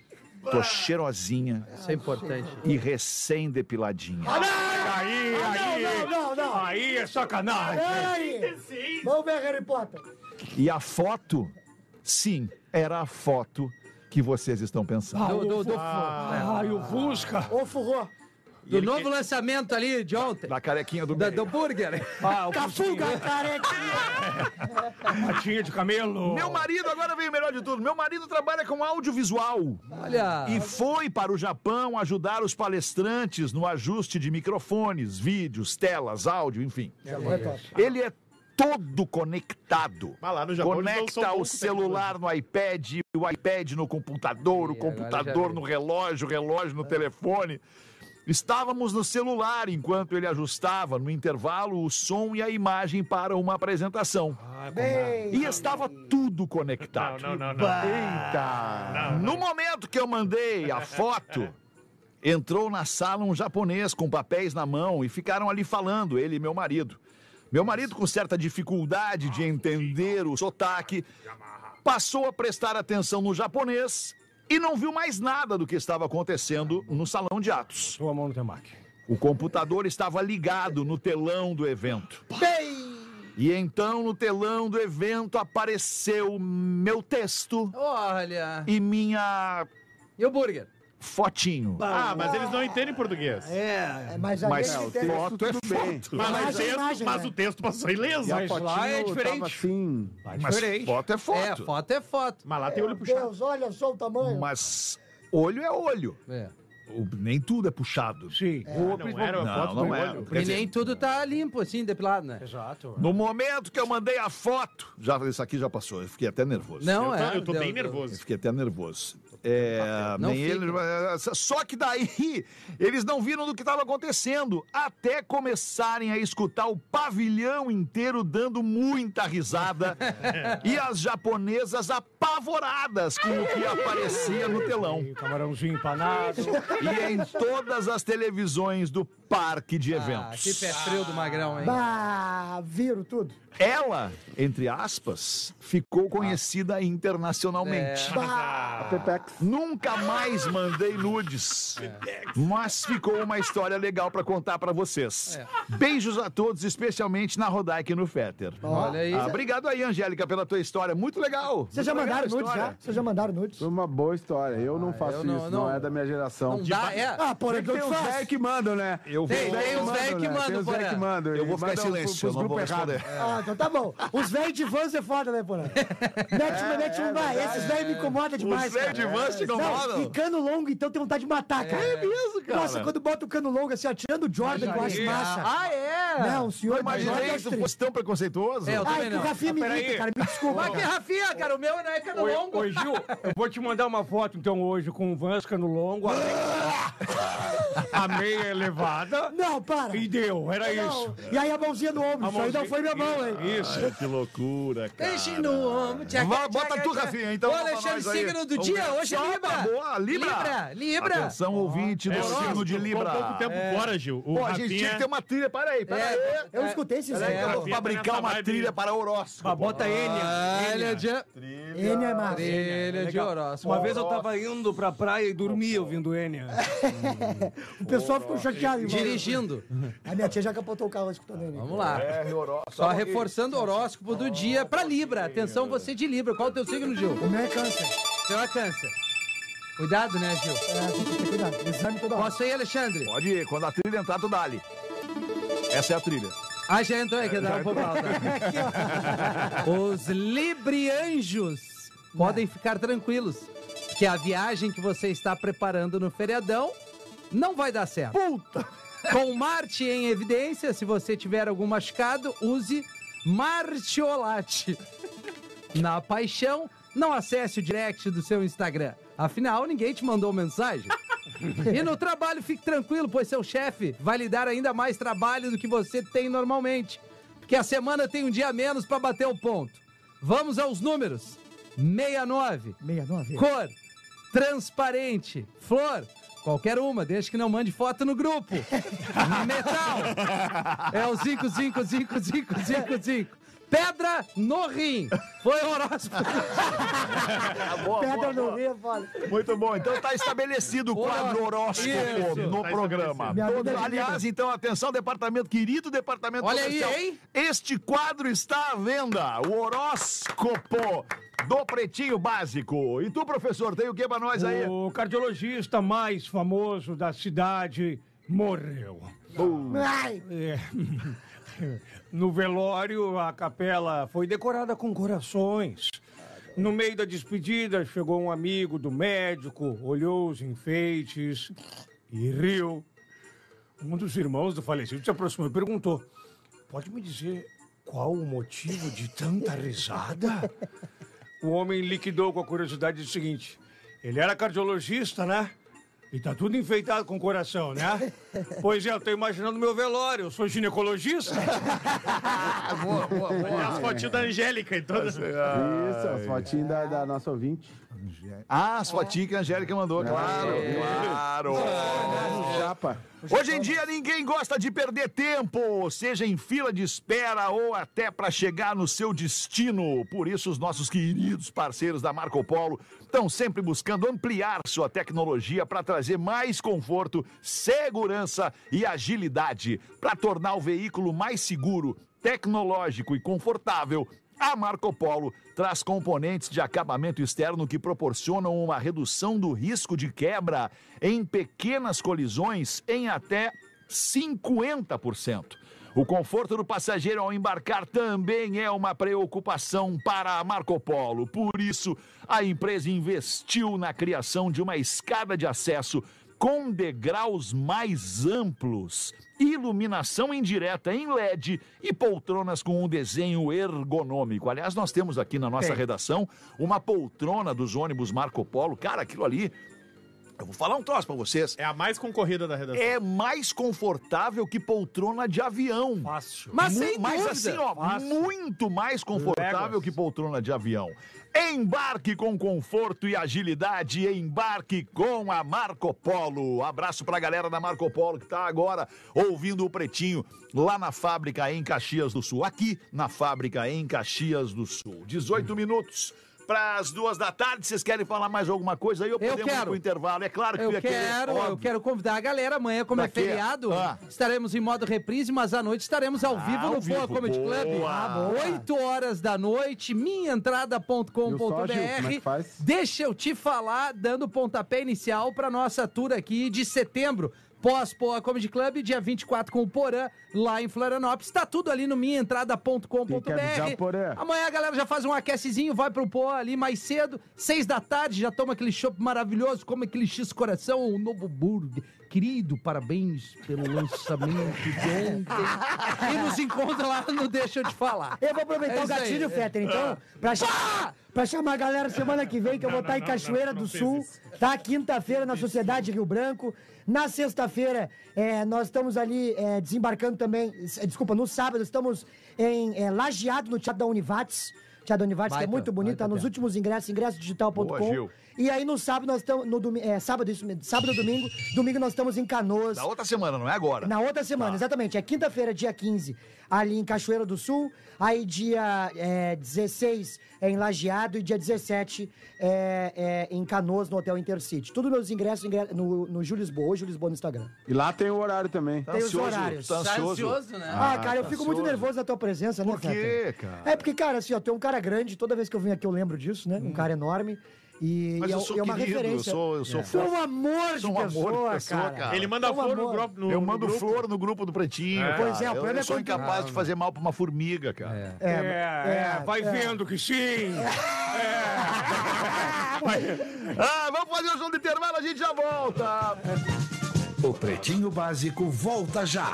[SPEAKER 2] Tô cheirosinha
[SPEAKER 1] Isso é importante.
[SPEAKER 2] e recém-depiladinha.
[SPEAKER 4] Ah, Aí, aí.
[SPEAKER 13] Ah, não, não, não.
[SPEAKER 4] Aí é sacanagem.
[SPEAKER 13] Peraí. Vamos ver Harry Potter.
[SPEAKER 2] E a foto, sim, era a foto que vocês estão pensando.
[SPEAKER 1] Do, do, do,
[SPEAKER 4] Ai, o Fusca.
[SPEAKER 13] Ô, furrou.
[SPEAKER 1] do novo lançamento ali de ontem.
[SPEAKER 2] Da carequinha do
[SPEAKER 1] Da,
[SPEAKER 2] meio.
[SPEAKER 1] do burger.
[SPEAKER 4] Ah, o
[SPEAKER 13] Cafuga, carequinha.
[SPEAKER 4] patinha de camelo.
[SPEAKER 2] Meu marido, agora veio o melhor de tudo. Meu marido trabalha com audiovisual.
[SPEAKER 1] Olha.
[SPEAKER 2] E foi para o Japão ajudar os palestrantes no ajuste de microfones, vídeos, telas, áudio, enfim.
[SPEAKER 1] é.
[SPEAKER 2] Ele é todo conectado.
[SPEAKER 5] Mas lá no Japão eles não são
[SPEAKER 2] Conecta
[SPEAKER 5] bons
[SPEAKER 2] o
[SPEAKER 5] com
[SPEAKER 2] celular no iPad, o iPad no computador, o
[SPEAKER 1] Ih, agora já
[SPEAKER 2] computador
[SPEAKER 1] vi. É.
[SPEAKER 2] no relógio, o relógio no telefone. Estávamos no celular enquanto ele ajustava, no intervalo, o som e a imagem para uma apresentação.
[SPEAKER 1] Ah,
[SPEAKER 13] Bem.
[SPEAKER 2] E estava tudo conectado.
[SPEAKER 5] Não, não, não, não.
[SPEAKER 2] Eita! No momento que eu mandei a foto, entrou na sala um japonês com papéis na mão e ficaram ali falando, ele e meu marido. Meu marido, com certa dificuldade de entender o sotaque, passou a prestar atenção no japonês e não viu mais nada do que estava acontecendo no salão de atos.
[SPEAKER 4] Sua mão no temaki.
[SPEAKER 2] O computador estava ligado no telão do evento.
[SPEAKER 13] Bem.
[SPEAKER 2] E então, no telão do evento, apareceu meu texto
[SPEAKER 1] Olha.
[SPEAKER 2] e minha
[SPEAKER 1] E o burger?
[SPEAKER 2] fotinho.
[SPEAKER 5] Ah, mas eles não entendem português.
[SPEAKER 13] É, mas a
[SPEAKER 2] Mas
[SPEAKER 13] gente tem...
[SPEAKER 2] foto é feito.
[SPEAKER 5] Mas,
[SPEAKER 13] Mas
[SPEAKER 5] o
[SPEAKER 13] a
[SPEAKER 5] texto,
[SPEAKER 13] imagem,
[SPEAKER 5] mas
[SPEAKER 13] né?
[SPEAKER 5] o texto passou ileso.
[SPEAKER 4] Mas lá é diferente.
[SPEAKER 3] Tava assim,
[SPEAKER 2] Mas foto é
[SPEAKER 1] É,
[SPEAKER 2] foto.
[SPEAKER 1] foto é foto.
[SPEAKER 5] Mas lá tem olho
[SPEAKER 13] Meu
[SPEAKER 5] puxado.
[SPEAKER 13] Deus, olha só o tamanho.
[SPEAKER 2] Mas olho é olho.
[SPEAKER 1] É.
[SPEAKER 2] O- Nem tudo é puxado.
[SPEAKER 4] Sim.
[SPEAKER 5] Ah, Não era a foto
[SPEAKER 2] não
[SPEAKER 5] do
[SPEAKER 2] era.
[SPEAKER 5] olho.
[SPEAKER 2] Quer
[SPEAKER 1] E
[SPEAKER 2] dizer,
[SPEAKER 1] nem tudo tá limpo, assim, depilado, né?
[SPEAKER 4] Exato.
[SPEAKER 2] No momento que eu mandei a foto. Já, isso aqui já passou. Eu fiquei até nervoso.
[SPEAKER 1] Não,
[SPEAKER 5] Eu tô-
[SPEAKER 1] é.
[SPEAKER 5] eu tô
[SPEAKER 1] deu-
[SPEAKER 5] bem
[SPEAKER 1] deu-
[SPEAKER 2] Eu
[SPEAKER 5] nervoso.
[SPEAKER 2] fiquei até nervoso. É,
[SPEAKER 1] Não
[SPEAKER 2] nem
[SPEAKER 1] fica.
[SPEAKER 2] eles, mas- só que daí *laughs* eles não viram do que estava acontecendo até começarem a escutar o pavilhão inteiro dando muita *laughs* risada e as japonesas apavoradas com o que aparecia no telão.
[SPEAKER 4] E o camarãozinho empanado.
[SPEAKER 2] e em todas as televisões do parque
[SPEAKER 1] Ah,
[SPEAKER 2] de eventos.
[SPEAKER 4] que pé frio do Magrão, hein?
[SPEAKER 8] Bah, viram tudo.
[SPEAKER 2] Ela, entre aspas, ficou conhecida internacionalmente.
[SPEAKER 8] É. Bah.
[SPEAKER 2] A Pepex. Nunca mais mandei nudes, mas ficou uma história legal pra contar pra vocês.
[SPEAKER 8] É.
[SPEAKER 2] Beijos a todos, especialmente na Rodaica e no Fetter.
[SPEAKER 8] Olha aí.
[SPEAKER 2] Ah, obrigado aí, Angélica, pela tua história. Muito legal.
[SPEAKER 8] Vocês já
[SPEAKER 2] Muito legal
[SPEAKER 8] mandaram
[SPEAKER 2] a
[SPEAKER 8] nudes
[SPEAKER 2] história.
[SPEAKER 8] já? Vocês já mandaram nudes?
[SPEAKER 10] Foi uma boa história. Eu
[SPEAKER 2] Ah,
[SPEAKER 10] não faço
[SPEAKER 4] eu não-
[SPEAKER 10] isso, não,
[SPEAKER 4] não-
[SPEAKER 10] é da minha geração.
[SPEAKER 4] Não dá, é.
[SPEAKER 8] Ah,
[SPEAKER 13] tá.
[SPEAKER 8] porra,
[SPEAKER 10] Tem
[SPEAKER 8] que eu
[SPEAKER 10] que ter
[SPEAKER 8] te
[SPEAKER 10] uns velhos
[SPEAKER 8] faço.
[SPEAKER 10] que mandam, né?
[SPEAKER 2] Eu vou. um
[SPEAKER 4] Tem, tem uns velhos que
[SPEAKER 10] Tem
[SPEAKER 4] mandam,
[SPEAKER 10] uns velhos que
[SPEAKER 4] porra.
[SPEAKER 10] mandam.
[SPEAKER 2] Eu vou ficar em
[SPEAKER 10] Mandam pro-
[SPEAKER 2] silêncio, eu
[SPEAKER 10] pros
[SPEAKER 2] não vou
[SPEAKER 10] grupos errados.
[SPEAKER 2] responder.
[SPEAKER 8] Ah, então tá bom. Os velhos de vans é foda, né, porra? Mete um, mete um. bah, esses velhos me incomodam demais.
[SPEAKER 2] velhos de
[SPEAKER 8] cara.
[SPEAKER 2] vans te incomodam?
[SPEAKER 8] Não, e cano longo, então tem vontade de matar, cara. É
[SPEAKER 2] mesmo, cara.
[SPEAKER 8] Nossa, quando bota o cano longo assim, ó, tirando o Jordan, que eu acho massa.
[SPEAKER 2] Ah, é?
[SPEAKER 8] Não, o senhor Jordan
[SPEAKER 2] Imaginei
[SPEAKER 8] é
[SPEAKER 2] que tu fosse tão preconceituoso.
[SPEAKER 4] É, eu
[SPEAKER 8] Ai,
[SPEAKER 4] também
[SPEAKER 8] que o
[SPEAKER 4] não.
[SPEAKER 8] Rafinha me grita, cara. Me desculpa.
[SPEAKER 4] Mas que Rafinha, cara, o meu não é cano
[SPEAKER 7] Oi,
[SPEAKER 4] longo.
[SPEAKER 7] oi, Gil, eu vou te mandar uma foto então hoje com o Vasca no longo, a meia- a meia elevada.
[SPEAKER 8] Não, para.
[SPEAKER 7] E deu, era
[SPEAKER 8] Não.
[SPEAKER 7] isso.
[SPEAKER 8] E aí a mãozinha no ombro.
[SPEAKER 7] A
[SPEAKER 8] Isso aí não
[SPEAKER 7] mãozinha-
[SPEAKER 8] foi minha mão, hein?
[SPEAKER 7] Isso.
[SPEAKER 14] Que loucura, cara.
[SPEAKER 4] Deixa no ombro. tchaca,
[SPEAKER 2] Vai, bota
[SPEAKER 4] tchaca,
[SPEAKER 2] tu,
[SPEAKER 4] tchaca.
[SPEAKER 2] Rafinha, então,
[SPEAKER 4] Ô,
[SPEAKER 2] fala pra
[SPEAKER 4] Alexandre,
[SPEAKER 2] nós aí.
[SPEAKER 4] signo do
[SPEAKER 2] Vamos
[SPEAKER 4] dia,
[SPEAKER 2] ver.
[SPEAKER 4] hoje é
[SPEAKER 2] Só
[SPEAKER 4] Libra.
[SPEAKER 2] tá boa, Libra.
[SPEAKER 4] Libra, Libra.
[SPEAKER 2] Atenção, ouvinte do
[SPEAKER 14] É, o
[SPEAKER 2] signo tipo, assim, de
[SPEAKER 14] ficou
[SPEAKER 2] Libra. É.
[SPEAKER 14] pouco tempo fora, Gil. O
[SPEAKER 2] Pô, a gente tinha que
[SPEAKER 14] Rafinha...
[SPEAKER 2] ter uma trilha. Para aí, para
[SPEAKER 4] É.
[SPEAKER 2] aí.
[SPEAKER 8] Eu não escutei esse
[SPEAKER 2] Peraí que eu
[SPEAKER 8] Zé.
[SPEAKER 2] vou fabricar uma trilha para horóscopo.
[SPEAKER 7] Mas Ah, bota ele.
[SPEAKER 4] Olha Ah, é de...
[SPEAKER 8] Ele é massa.
[SPEAKER 4] Trilha de horóscopo.
[SPEAKER 7] Uma vez eu tava indo pra praia e dormia ouvindo Enya.
[SPEAKER 8] *laughs* O pessoal ficou chateado. irmão.
[SPEAKER 4] Dirigindo.
[SPEAKER 8] A minha tia já capotou o carro escutando ele.
[SPEAKER 4] Vamos lá.
[SPEAKER 2] É, horóscopo.
[SPEAKER 4] Só reforçando o horóscopo do dia pra Libra. Atenção, você de Libra. Qual é o teu signo, Gil?
[SPEAKER 8] O meu é câncer.
[SPEAKER 4] Seu é câncer. Cuidado, né, Gil?
[SPEAKER 8] É, tem que ter cuidado. Exame toda hora.
[SPEAKER 4] Posso ir, Alexandre?
[SPEAKER 2] Pode ir, quando a trilha entrar, tu dá ali. Essa é a trilha.
[SPEAKER 4] Ah, já entrou aí, que dá um pouco *laughs* alta. Os Librianjos podem ficar tranquilos, que a viagem que você está preparando no feriadão não vai dar certo. Puta! Com Marte em evidência, se você tiver algum machucado, use Martiolate. Na paixão, não acesse o direct do seu Instagram. Afinal, ninguém te mandou mensagem. E no trabalho, fique tranquilo, pois seu chefe vai lhe dar ainda mais trabalho do que você tem normalmente. Porque a semana tem um dia a menos para bater o ponto. Vamos aos números: 69,
[SPEAKER 8] 69.
[SPEAKER 4] cor, transparente, flor. Qualquer uma, desde que não mande foto no grupo. Metal. É o 555555. Pedra no rim. Foi horóscopo.
[SPEAKER 8] Pedra no rio, foda.
[SPEAKER 2] Muito bom, então tá estabelecido o quadro horóscopo
[SPEAKER 4] Isso. é
[SPEAKER 2] no
[SPEAKER 5] Tá
[SPEAKER 2] programa.
[SPEAKER 8] Minha
[SPEAKER 2] Todo-
[SPEAKER 8] vida de
[SPEAKER 2] aliás, então, atenção, departamento, querido departamento
[SPEAKER 4] Olha aí,
[SPEAKER 2] comercial.
[SPEAKER 4] hein?
[SPEAKER 2] Este quadro está à venda, o horóscopo do Pretinho Básico. E tu, professor, tem o que pra nós aí?
[SPEAKER 7] O cardiologista mais famoso da cidade morreu.
[SPEAKER 8] Ai,
[SPEAKER 7] É. No velório, a capela foi decorada com corações. No meio da despedida, chegou um amigo do médico, olhou os enfeites e riu. Um dos irmãos do falecido se aproximou e perguntou: Pode me dizer qual o motivo de tanta risada? O homem liquidou com a curiosidade do seguinte: Ele era cardiologista, né? E tá tudo enfeitado com o
[SPEAKER 8] *laughs*
[SPEAKER 7] coração, né? Pois é, eu tô imaginando meu velório, eu sou ginecologista.
[SPEAKER 8] É
[SPEAKER 5] Tem as fotinhas da Angélica então. e todas.
[SPEAKER 2] é.
[SPEAKER 10] Isso, as fotinhas da, da nossa ouvinte.
[SPEAKER 2] Ah, as fotinhas que a Angélica mandou, claro,
[SPEAKER 8] É.
[SPEAKER 2] claro.
[SPEAKER 10] Chapa.
[SPEAKER 2] Hoje em dia ninguém gosta de perder tempo, seja em fila de espera ou até para chegar no seu destino. Por isso, os nossos queridos parceiros da Marco Polo estão sempre buscando ampliar sua tecnologia para trazer mais conforto, segurança e agilidade, para tornar o veículo mais seguro, tecnológico e confortável. A Marco Polo traz componentes de acabamento externo que proporcionam uma redução do risco de quebra em pequenas colisões em até 50%. O conforto do passageiro ao embarcar também é uma preocupação para a Marco Polo. Por isso, a empresa investiu na criação de uma escada de acesso com degraus mais amplos, iluminação indireta em LED e poltronas com um desenho ergonômico. Aliás, nós temos aqui na nossa redação uma poltrona dos ônibus Marco Polo. Cara, aquilo ali Eu vou falar um troço pra vocês.
[SPEAKER 5] É a mais concorrida da redação.
[SPEAKER 2] É mais confortável que poltrona de avião.
[SPEAKER 7] Fácil.
[SPEAKER 2] Mas,
[SPEAKER 7] Mu-
[SPEAKER 2] sem
[SPEAKER 7] mas
[SPEAKER 2] dúvida.
[SPEAKER 7] assim, ó,
[SPEAKER 2] muito mais confortável que poltrona de avião. Embarque com conforto e agilidade. Embarque com a Marco Polo. Abraço pra galera da Marco Polo que tá agora ouvindo o Pretinho lá na fábrica em Caxias do Sul. Aqui na fábrica em Caxias do Sul. 18 minutos. Para as duas da tarde, vocês querem falar mais alguma coisa aí ou podemos ir
[SPEAKER 4] quero.
[SPEAKER 2] pro intervalo? É claro que tu
[SPEAKER 4] Eu
[SPEAKER 2] ia querer,
[SPEAKER 4] quero, eu
[SPEAKER 2] óbvio.
[SPEAKER 4] quero convidar a galera amanhã, como
[SPEAKER 2] Pra
[SPEAKER 4] é
[SPEAKER 2] quê?
[SPEAKER 4] feriado,
[SPEAKER 2] Ah.
[SPEAKER 4] estaremos em modo reprise, mas à noite estaremos ao vivo no
[SPEAKER 2] ao
[SPEAKER 4] Boa
[SPEAKER 2] vivo,
[SPEAKER 4] Comedy
[SPEAKER 2] boa.
[SPEAKER 4] Club.
[SPEAKER 2] Ah, boa.
[SPEAKER 4] 8 horas da noite,
[SPEAKER 10] Viu só, Gil, como é que
[SPEAKER 4] minhaentrada.com.br.
[SPEAKER 10] faz?
[SPEAKER 4] Deixa eu te falar, dando pontapé inicial para nossa tour aqui de setembro. Pós Poa Comedy Club, dia 24 com o Porã, lá em Florianópolis. Tá tudo ali no
[SPEAKER 10] Tem que avisar,
[SPEAKER 4] minhaentrada.com.br.
[SPEAKER 10] Porã.
[SPEAKER 4] Amanhã a galera já faz um aquecezinho, vai pro Poa ali mais cedo, seis da tarde, já toma aquele chopp maravilhoso, come aquele X coração, o novo burger. Querido, parabéns pelo lançamento de ontem. E nos encontra lá no Deixa Eu Te Falar.
[SPEAKER 8] Eu vou aproveitar
[SPEAKER 4] É
[SPEAKER 8] o
[SPEAKER 4] isso aí.
[SPEAKER 8] gatilho,
[SPEAKER 4] É.
[SPEAKER 8] Fetter, então, pra, cha- pra chamar a galera semana que vem, que eu vou estar em Cachoeira do Sul, tá? Quinta-feira na Sociedade Rio Branco. Na sexta-feira, é, nós estamos ali é, desembarcando também, s- desculpa, no sábado, estamos em é, Lajeado, no Teatro da Univates. Teatro da Univates, que é
[SPEAKER 4] Baita,
[SPEAKER 8] muito bonito, tá
[SPEAKER 4] baita
[SPEAKER 8] nos
[SPEAKER 4] teatro.
[SPEAKER 8] últimos ingressos,
[SPEAKER 2] Boa,
[SPEAKER 8] ingressodigital.com.
[SPEAKER 2] Gil.
[SPEAKER 8] E aí no sábado nós estamos, no domi- é, sábado, isso mesmo, sábado e domingo, domingo nós estamos em Canoas.
[SPEAKER 2] Na outra semana, não é agora.
[SPEAKER 8] Na outra semana, exatamente. É quinta-feira, dia 15, ali em Cachoeira do Sul. Aí dia é, 16 é em Lajeado e dia 17 é, é, em Canoas, no Hotel Intercity. Tudo meus ingressos ingre- no, no Gil Lisboa, ou Gil Lisboa no Instagram.
[SPEAKER 10] E lá tem o horário também.
[SPEAKER 2] Tá
[SPEAKER 8] Tem os
[SPEAKER 2] ansioso,
[SPEAKER 8] horários.
[SPEAKER 2] tá ansioso. tá
[SPEAKER 4] né?
[SPEAKER 8] Ah, cara, eu fico muito
[SPEAKER 2] ansioso.
[SPEAKER 8] nervoso na tua presença, né,
[SPEAKER 2] Por quê,
[SPEAKER 8] Fetter?
[SPEAKER 2] cara?
[SPEAKER 8] É porque, cara, assim, ó, tu é um cara grande, toda vez que eu venho aqui eu lembro disso, né? Um cara enorme. E,
[SPEAKER 2] Mas
[SPEAKER 8] e é,
[SPEAKER 2] eu sou
[SPEAKER 8] é uma
[SPEAKER 2] querido, eu
[SPEAKER 8] referência.
[SPEAKER 2] sou- eu sou
[SPEAKER 8] Tu é um amor de
[SPEAKER 2] Sou um amor de
[SPEAKER 8] pessoa,
[SPEAKER 2] pessoa,
[SPEAKER 8] cara.
[SPEAKER 2] cara.
[SPEAKER 5] Ele manda
[SPEAKER 8] Pelo
[SPEAKER 5] flor no,
[SPEAKER 8] um amor.
[SPEAKER 5] grupo- no,
[SPEAKER 2] eu
[SPEAKER 5] no
[SPEAKER 2] mando
[SPEAKER 5] grupo.
[SPEAKER 2] flor no grupo do Pretinho.
[SPEAKER 5] É.
[SPEAKER 8] Pois é, o
[SPEAKER 2] cara. eu,
[SPEAKER 8] problema é
[SPEAKER 2] eu sou
[SPEAKER 8] quando-
[SPEAKER 2] incapaz de fazer mal pra uma formiga, cara.
[SPEAKER 8] É,
[SPEAKER 7] É,
[SPEAKER 8] é,
[SPEAKER 7] vai
[SPEAKER 8] é.
[SPEAKER 7] vendo que
[SPEAKER 2] *laughs*
[SPEAKER 7] sim.
[SPEAKER 2] Ah, vamos fazer o som do intervalo, a gente já volta.
[SPEAKER 1] O Pretinho Básico volta já.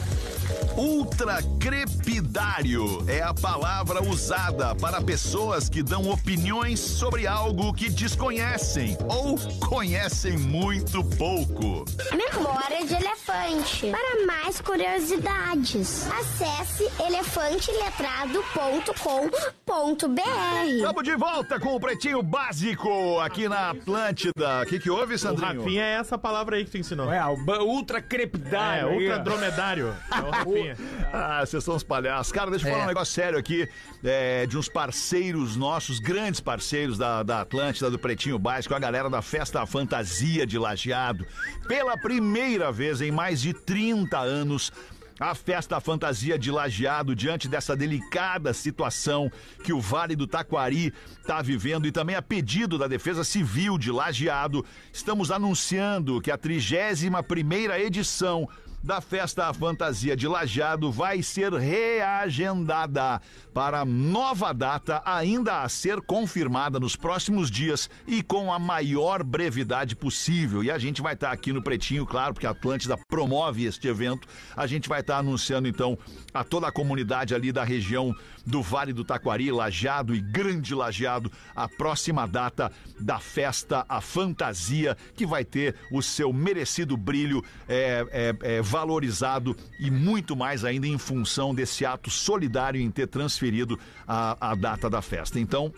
[SPEAKER 2] Ultracrepidário é a palavra usada para pessoas que dão opiniões sobre algo que desconhecem ou conhecem muito pouco.
[SPEAKER 15] Memória de elefante. Para mais curiosidades, acesse elefanteletrado.com.br.
[SPEAKER 2] Estamos de volta com o Pretinho Básico aqui na Atlântida. O que, que houve,
[SPEAKER 5] O
[SPEAKER 2] Sandrinho?
[SPEAKER 5] Rafinha é essa palavra aí que tu ensinou.
[SPEAKER 7] É, o ba- ultra
[SPEAKER 5] É,
[SPEAKER 7] crepidário.
[SPEAKER 5] ultra
[SPEAKER 7] aí, ó.
[SPEAKER 5] dromedário. É o Rafinha.
[SPEAKER 2] Ah, vocês são os palhaços. Cara, deixa eu falar um negócio sério aqui é, de uns parceiros nossos, grandes parceiros da, da Atlântida, do Pretinho Básico, a galera da Festa Fantasia de Lajeado. Pela primeira vez em mais de 30 anos. A festa fantasia de Lajeado, diante dessa delicada situação que o Vale do Taquari está vivendo e também a pedido da Defesa Civil de Lajeado, estamos anunciando que a 31 primeira edição da festa Fantasia de Lajado vai ser reagendada para nova data, ainda a ser confirmada nos próximos dias e com a maior brevidade possível. E a gente vai estar aqui no Pretinho, claro, porque a Atlântida promove este evento. A gente vai estar anunciando então a toda a comunidade ali da região do Vale do Taquari, Lajado e Grande Lajeado a próxima data da festa A Fantasia, que vai ter o seu merecido brilho é, é, é, valorizado e muito mais ainda em função desse ato solidário em ter transferido a, a data da festa. Então,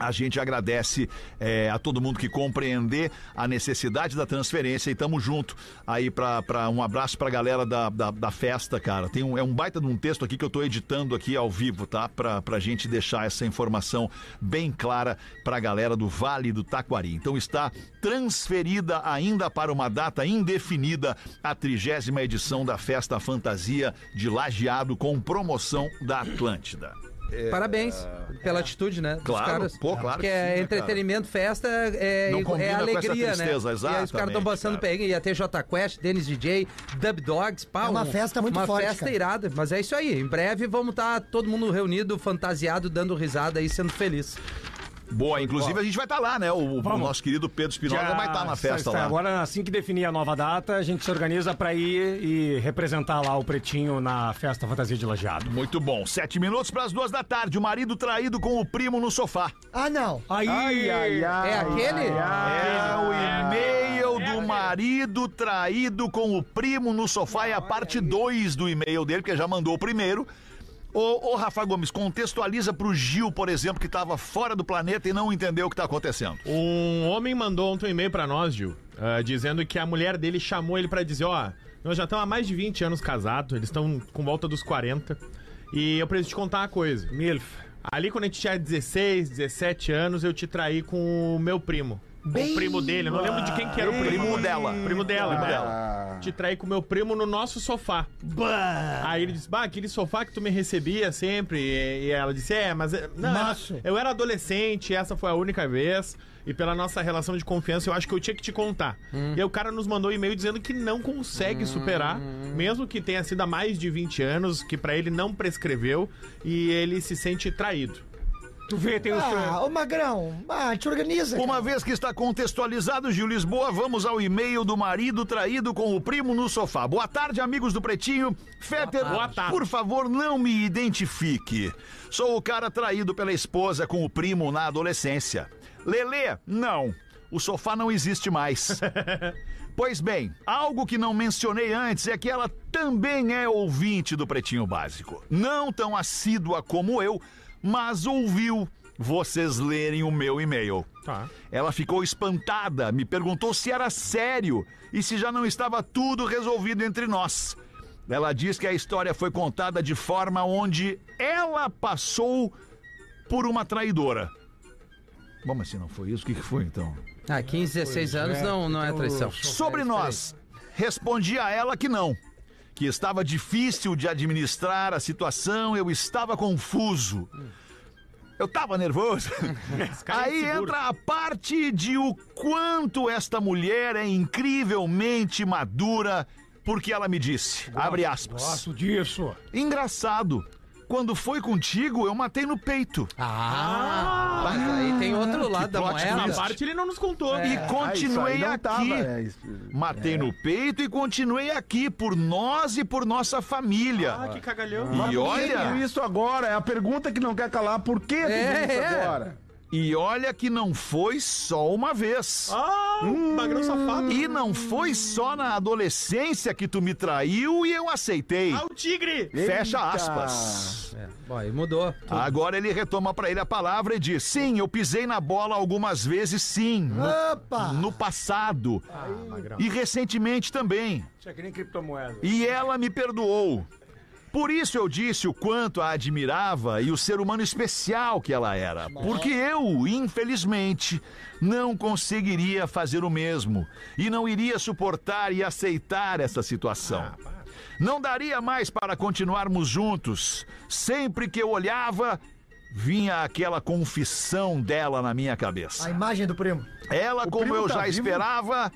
[SPEAKER 2] a gente agradece eh, a todo mundo que compreender a necessidade da transferência e tamo junto aí pra, pra um abraço pra galera da, da, da festa, cara. Tem um, é um baita de um texto aqui que eu tô editando aqui ao vivo, tá? Pra, pra gente deixar essa informação bem clara pra galera do Vale do Taquari. Então está transferida ainda para uma data indefinida a trigésima edição da Festa Fantasia de Lajeado com promoção da Atlântida.
[SPEAKER 4] É, Parabéns pela atitude, né? Dos
[SPEAKER 2] Claro,
[SPEAKER 4] caras.
[SPEAKER 2] pô, claro
[SPEAKER 4] Porque
[SPEAKER 2] que sim,
[SPEAKER 4] é
[SPEAKER 2] né,
[SPEAKER 4] entretenimento, festa, é,
[SPEAKER 2] Não
[SPEAKER 4] é
[SPEAKER 2] combina com essa
[SPEAKER 4] alegria,
[SPEAKER 2] tristeza,
[SPEAKER 4] né? E aí os caras
[SPEAKER 2] exatamente,
[SPEAKER 4] estão passando
[SPEAKER 2] cara.
[SPEAKER 4] perrengue, ia ter J Quest, Dennis DJ, Dub Dogs, pau. um-
[SPEAKER 8] É uma festa muito
[SPEAKER 4] uma
[SPEAKER 8] forte,
[SPEAKER 4] Uma festa
[SPEAKER 8] cara.
[SPEAKER 4] irada, mas é tá isso aí. Em breve vamos estar todo mundo reunido, fantasiado, dando risada e sendo feliz.
[SPEAKER 2] Boa, inclusive a gente vai estar lá, né? O, o
[SPEAKER 7] Vamos.
[SPEAKER 2] nosso querido Pedro Espinosa
[SPEAKER 7] Já
[SPEAKER 2] vai
[SPEAKER 8] tá
[SPEAKER 2] estar na
[SPEAKER 7] está-
[SPEAKER 2] festa
[SPEAKER 7] está.
[SPEAKER 2] lá.
[SPEAKER 7] Agora, assim que definir a nova data, a gente se organiza pra ir e representar lá o Pretinho na festa Fantasia de Lajeado.
[SPEAKER 2] Muito bom. Sete minutos para as duas da tarde. O marido traído com o primo no sofá.
[SPEAKER 8] Ah, não.
[SPEAKER 7] Ai,
[SPEAKER 8] ai, ai, É aquele? ai,
[SPEAKER 2] É o e-mail
[SPEAKER 7] é
[SPEAKER 2] do marido traído com o primo no sofá. É a parte 2 do e-mail dele, porque já mandou o primeiro. Ô, ô, Rafa Gomes, contextualiza pro Gil, por exemplo, que tava fora do planeta e não entendeu o que tá acontecendo.
[SPEAKER 5] Um homem mandou ontem um e-mail pra nós, Gil, ah, dizendo que a mulher dele chamou ele pra dizer, ó, nós já estamos há mais de 20 anos casados, eles estão com volta dos 40, e eu preciso te contar uma coisa. Milf. Ali quando a gente tinha 16, 17 anos, eu te traí com o meu primo. Com
[SPEAKER 8] Bem-
[SPEAKER 5] o primo dele, eu não lembro de quem que era o primo.
[SPEAKER 2] Primo dela.
[SPEAKER 5] Primo dela,
[SPEAKER 2] Primo
[SPEAKER 5] né?
[SPEAKER 2] dela.
[SPEAKER 5] Te traí com o meu primo no nosso sofá. Aí ele disse, bah, aquele sofá que tu me recebia sempre. E, e ela disse, é, mas... é- Não, era-
[SPEAKER 16] Macho.
[SPEAKER 5] eu era adolescente, essa foi a única vez. E pela nossa relação de confiança, eu acho que eu tinha que te contar. E aí o cara nos mandou um e-mail dizendo que não consegue superar, mesmo que tenha sido há mais de 20 anos, que pra ele não prescreveu, e ele se sente traído.
[SPEAKER 7] Tu vê, tem
[SPEAKER 8] Ah, ô Magrão, ah, te organiza.
[SPEAKER 2] Uma vez que está contextualizado, Gil Lisboa, vamos ao e-mail do marido traído com o primo no sofá. Boa tarde, amigos do Pretinho. Fetter,
[SPEAKER 5] Boa tarde.
[SPEAKER 2] por favor, não me identifique. Sou o cara traído pela esposa com o primo na adolescência. Lelê, não. O sofá não existe
[SPEAKER 5] *laughs*
[SPEAKER 2] mais. Pois bem, algo que não mencionei antes é que ela também é ouvinte do Pretinho Básico. Não tão assídua como eu, mas ouviu vocês lerem o meu e-mail. Ela ficou espantada, me perguntou se era sério e se já não estava tudo resolvido entre nós. Ela diz que a história foi contada de forma onde ela passou por uma traidora. Bom, mas se não foi isso, o que, que foi então?
[SPEAKER 4] Ah, 15, 16 anos não, não é traição.
[SPEAKER 2] Sobre nós, respondi a ela que não. Que estava difícil de administrar a situação, eu estava confuso. Eu estava nervoso.
[SPEAKER 5] cara é
[SPEAKER 2] Aí
[SPEAKER 5] inseguro.
[SPEAKER 2] entra a parte de o quanto esta mulher é incrivelmente madura, porque ela me disse, abre aspas.
[SPEAKER 7] Gosto disso.
[SPEAKER 2] Engraçado, quando foi contigo, eu matei no peito.
[SPEAKER 4] Ah, mas aí tem outro lado da moeda.
[SPEAKER 5] Na parte ele não nos contou.
[SPEAKER 2] E continuei
[SPEAKER 10] não
[SPEAKER 2] aqui.
[SPEAKER 10] tava, é, isso-
[SPEAKER 2] Matei no peito e continuei aqui por nós e por nossa família.
[SPEAKER 5] Ah, que cagalhão.
[SPEAKER 2] E olha,
[SPEAKER 10] Isso agora é a pergunta que não quer calar. Por que tu
[SPEAKER 4] É,
[SPEAKER 10] viu isso
[SPEAKER 4] é.
[SPEAKER 10] agora?
[SPEAKER 2] e olha que não foi só uma vez.
[SPEAKER 5] Ah, magrão safado.
[SPEAKER 2] E não foi só na adolescência que tu me traiu e eu aceitei.
[SPEAKER 5] Ah, o tigre!
[SPEAKER 2] Fecha
[SPEAKER 10] Eita.
[SPEAKER 2] aspas.
[SPEAKER 4] É. Bom, aí mudou.
[SPEAKER 2] Agora ele retoma pra ele a palavra e diz: Sim, eu pisei na bola algumas vezes, sim.
[SPEAKER 8] Opa!
[SPEAKER 2] No passado. E recentemente também.
[SPEAKER 7] Tinha é que nem criptomoeda.
[SPEAKER 2] E ela me perdoou. Por isso eu disse o quanto a admirava e o ser humano especial que ela era. Porque eu, infelizmente, não conseguiria fazer o mesmo e não iria suportar e aceitar essa situação. Não daria mais para continuarmos juntos. Sempre que eu olhava, vinha aquela confissão dela na minha cabeça.
[SPEAKER 8] A imagem do primo.
[SPEAKER 2] Ela, como
[SPEAKER 10] primo
[SPEAKER 2] eu
[SPEAKER 10] tá
[SPEAKER 2] já
[SPEAKER 10] vivo?
[SPEAKER 2] esperava,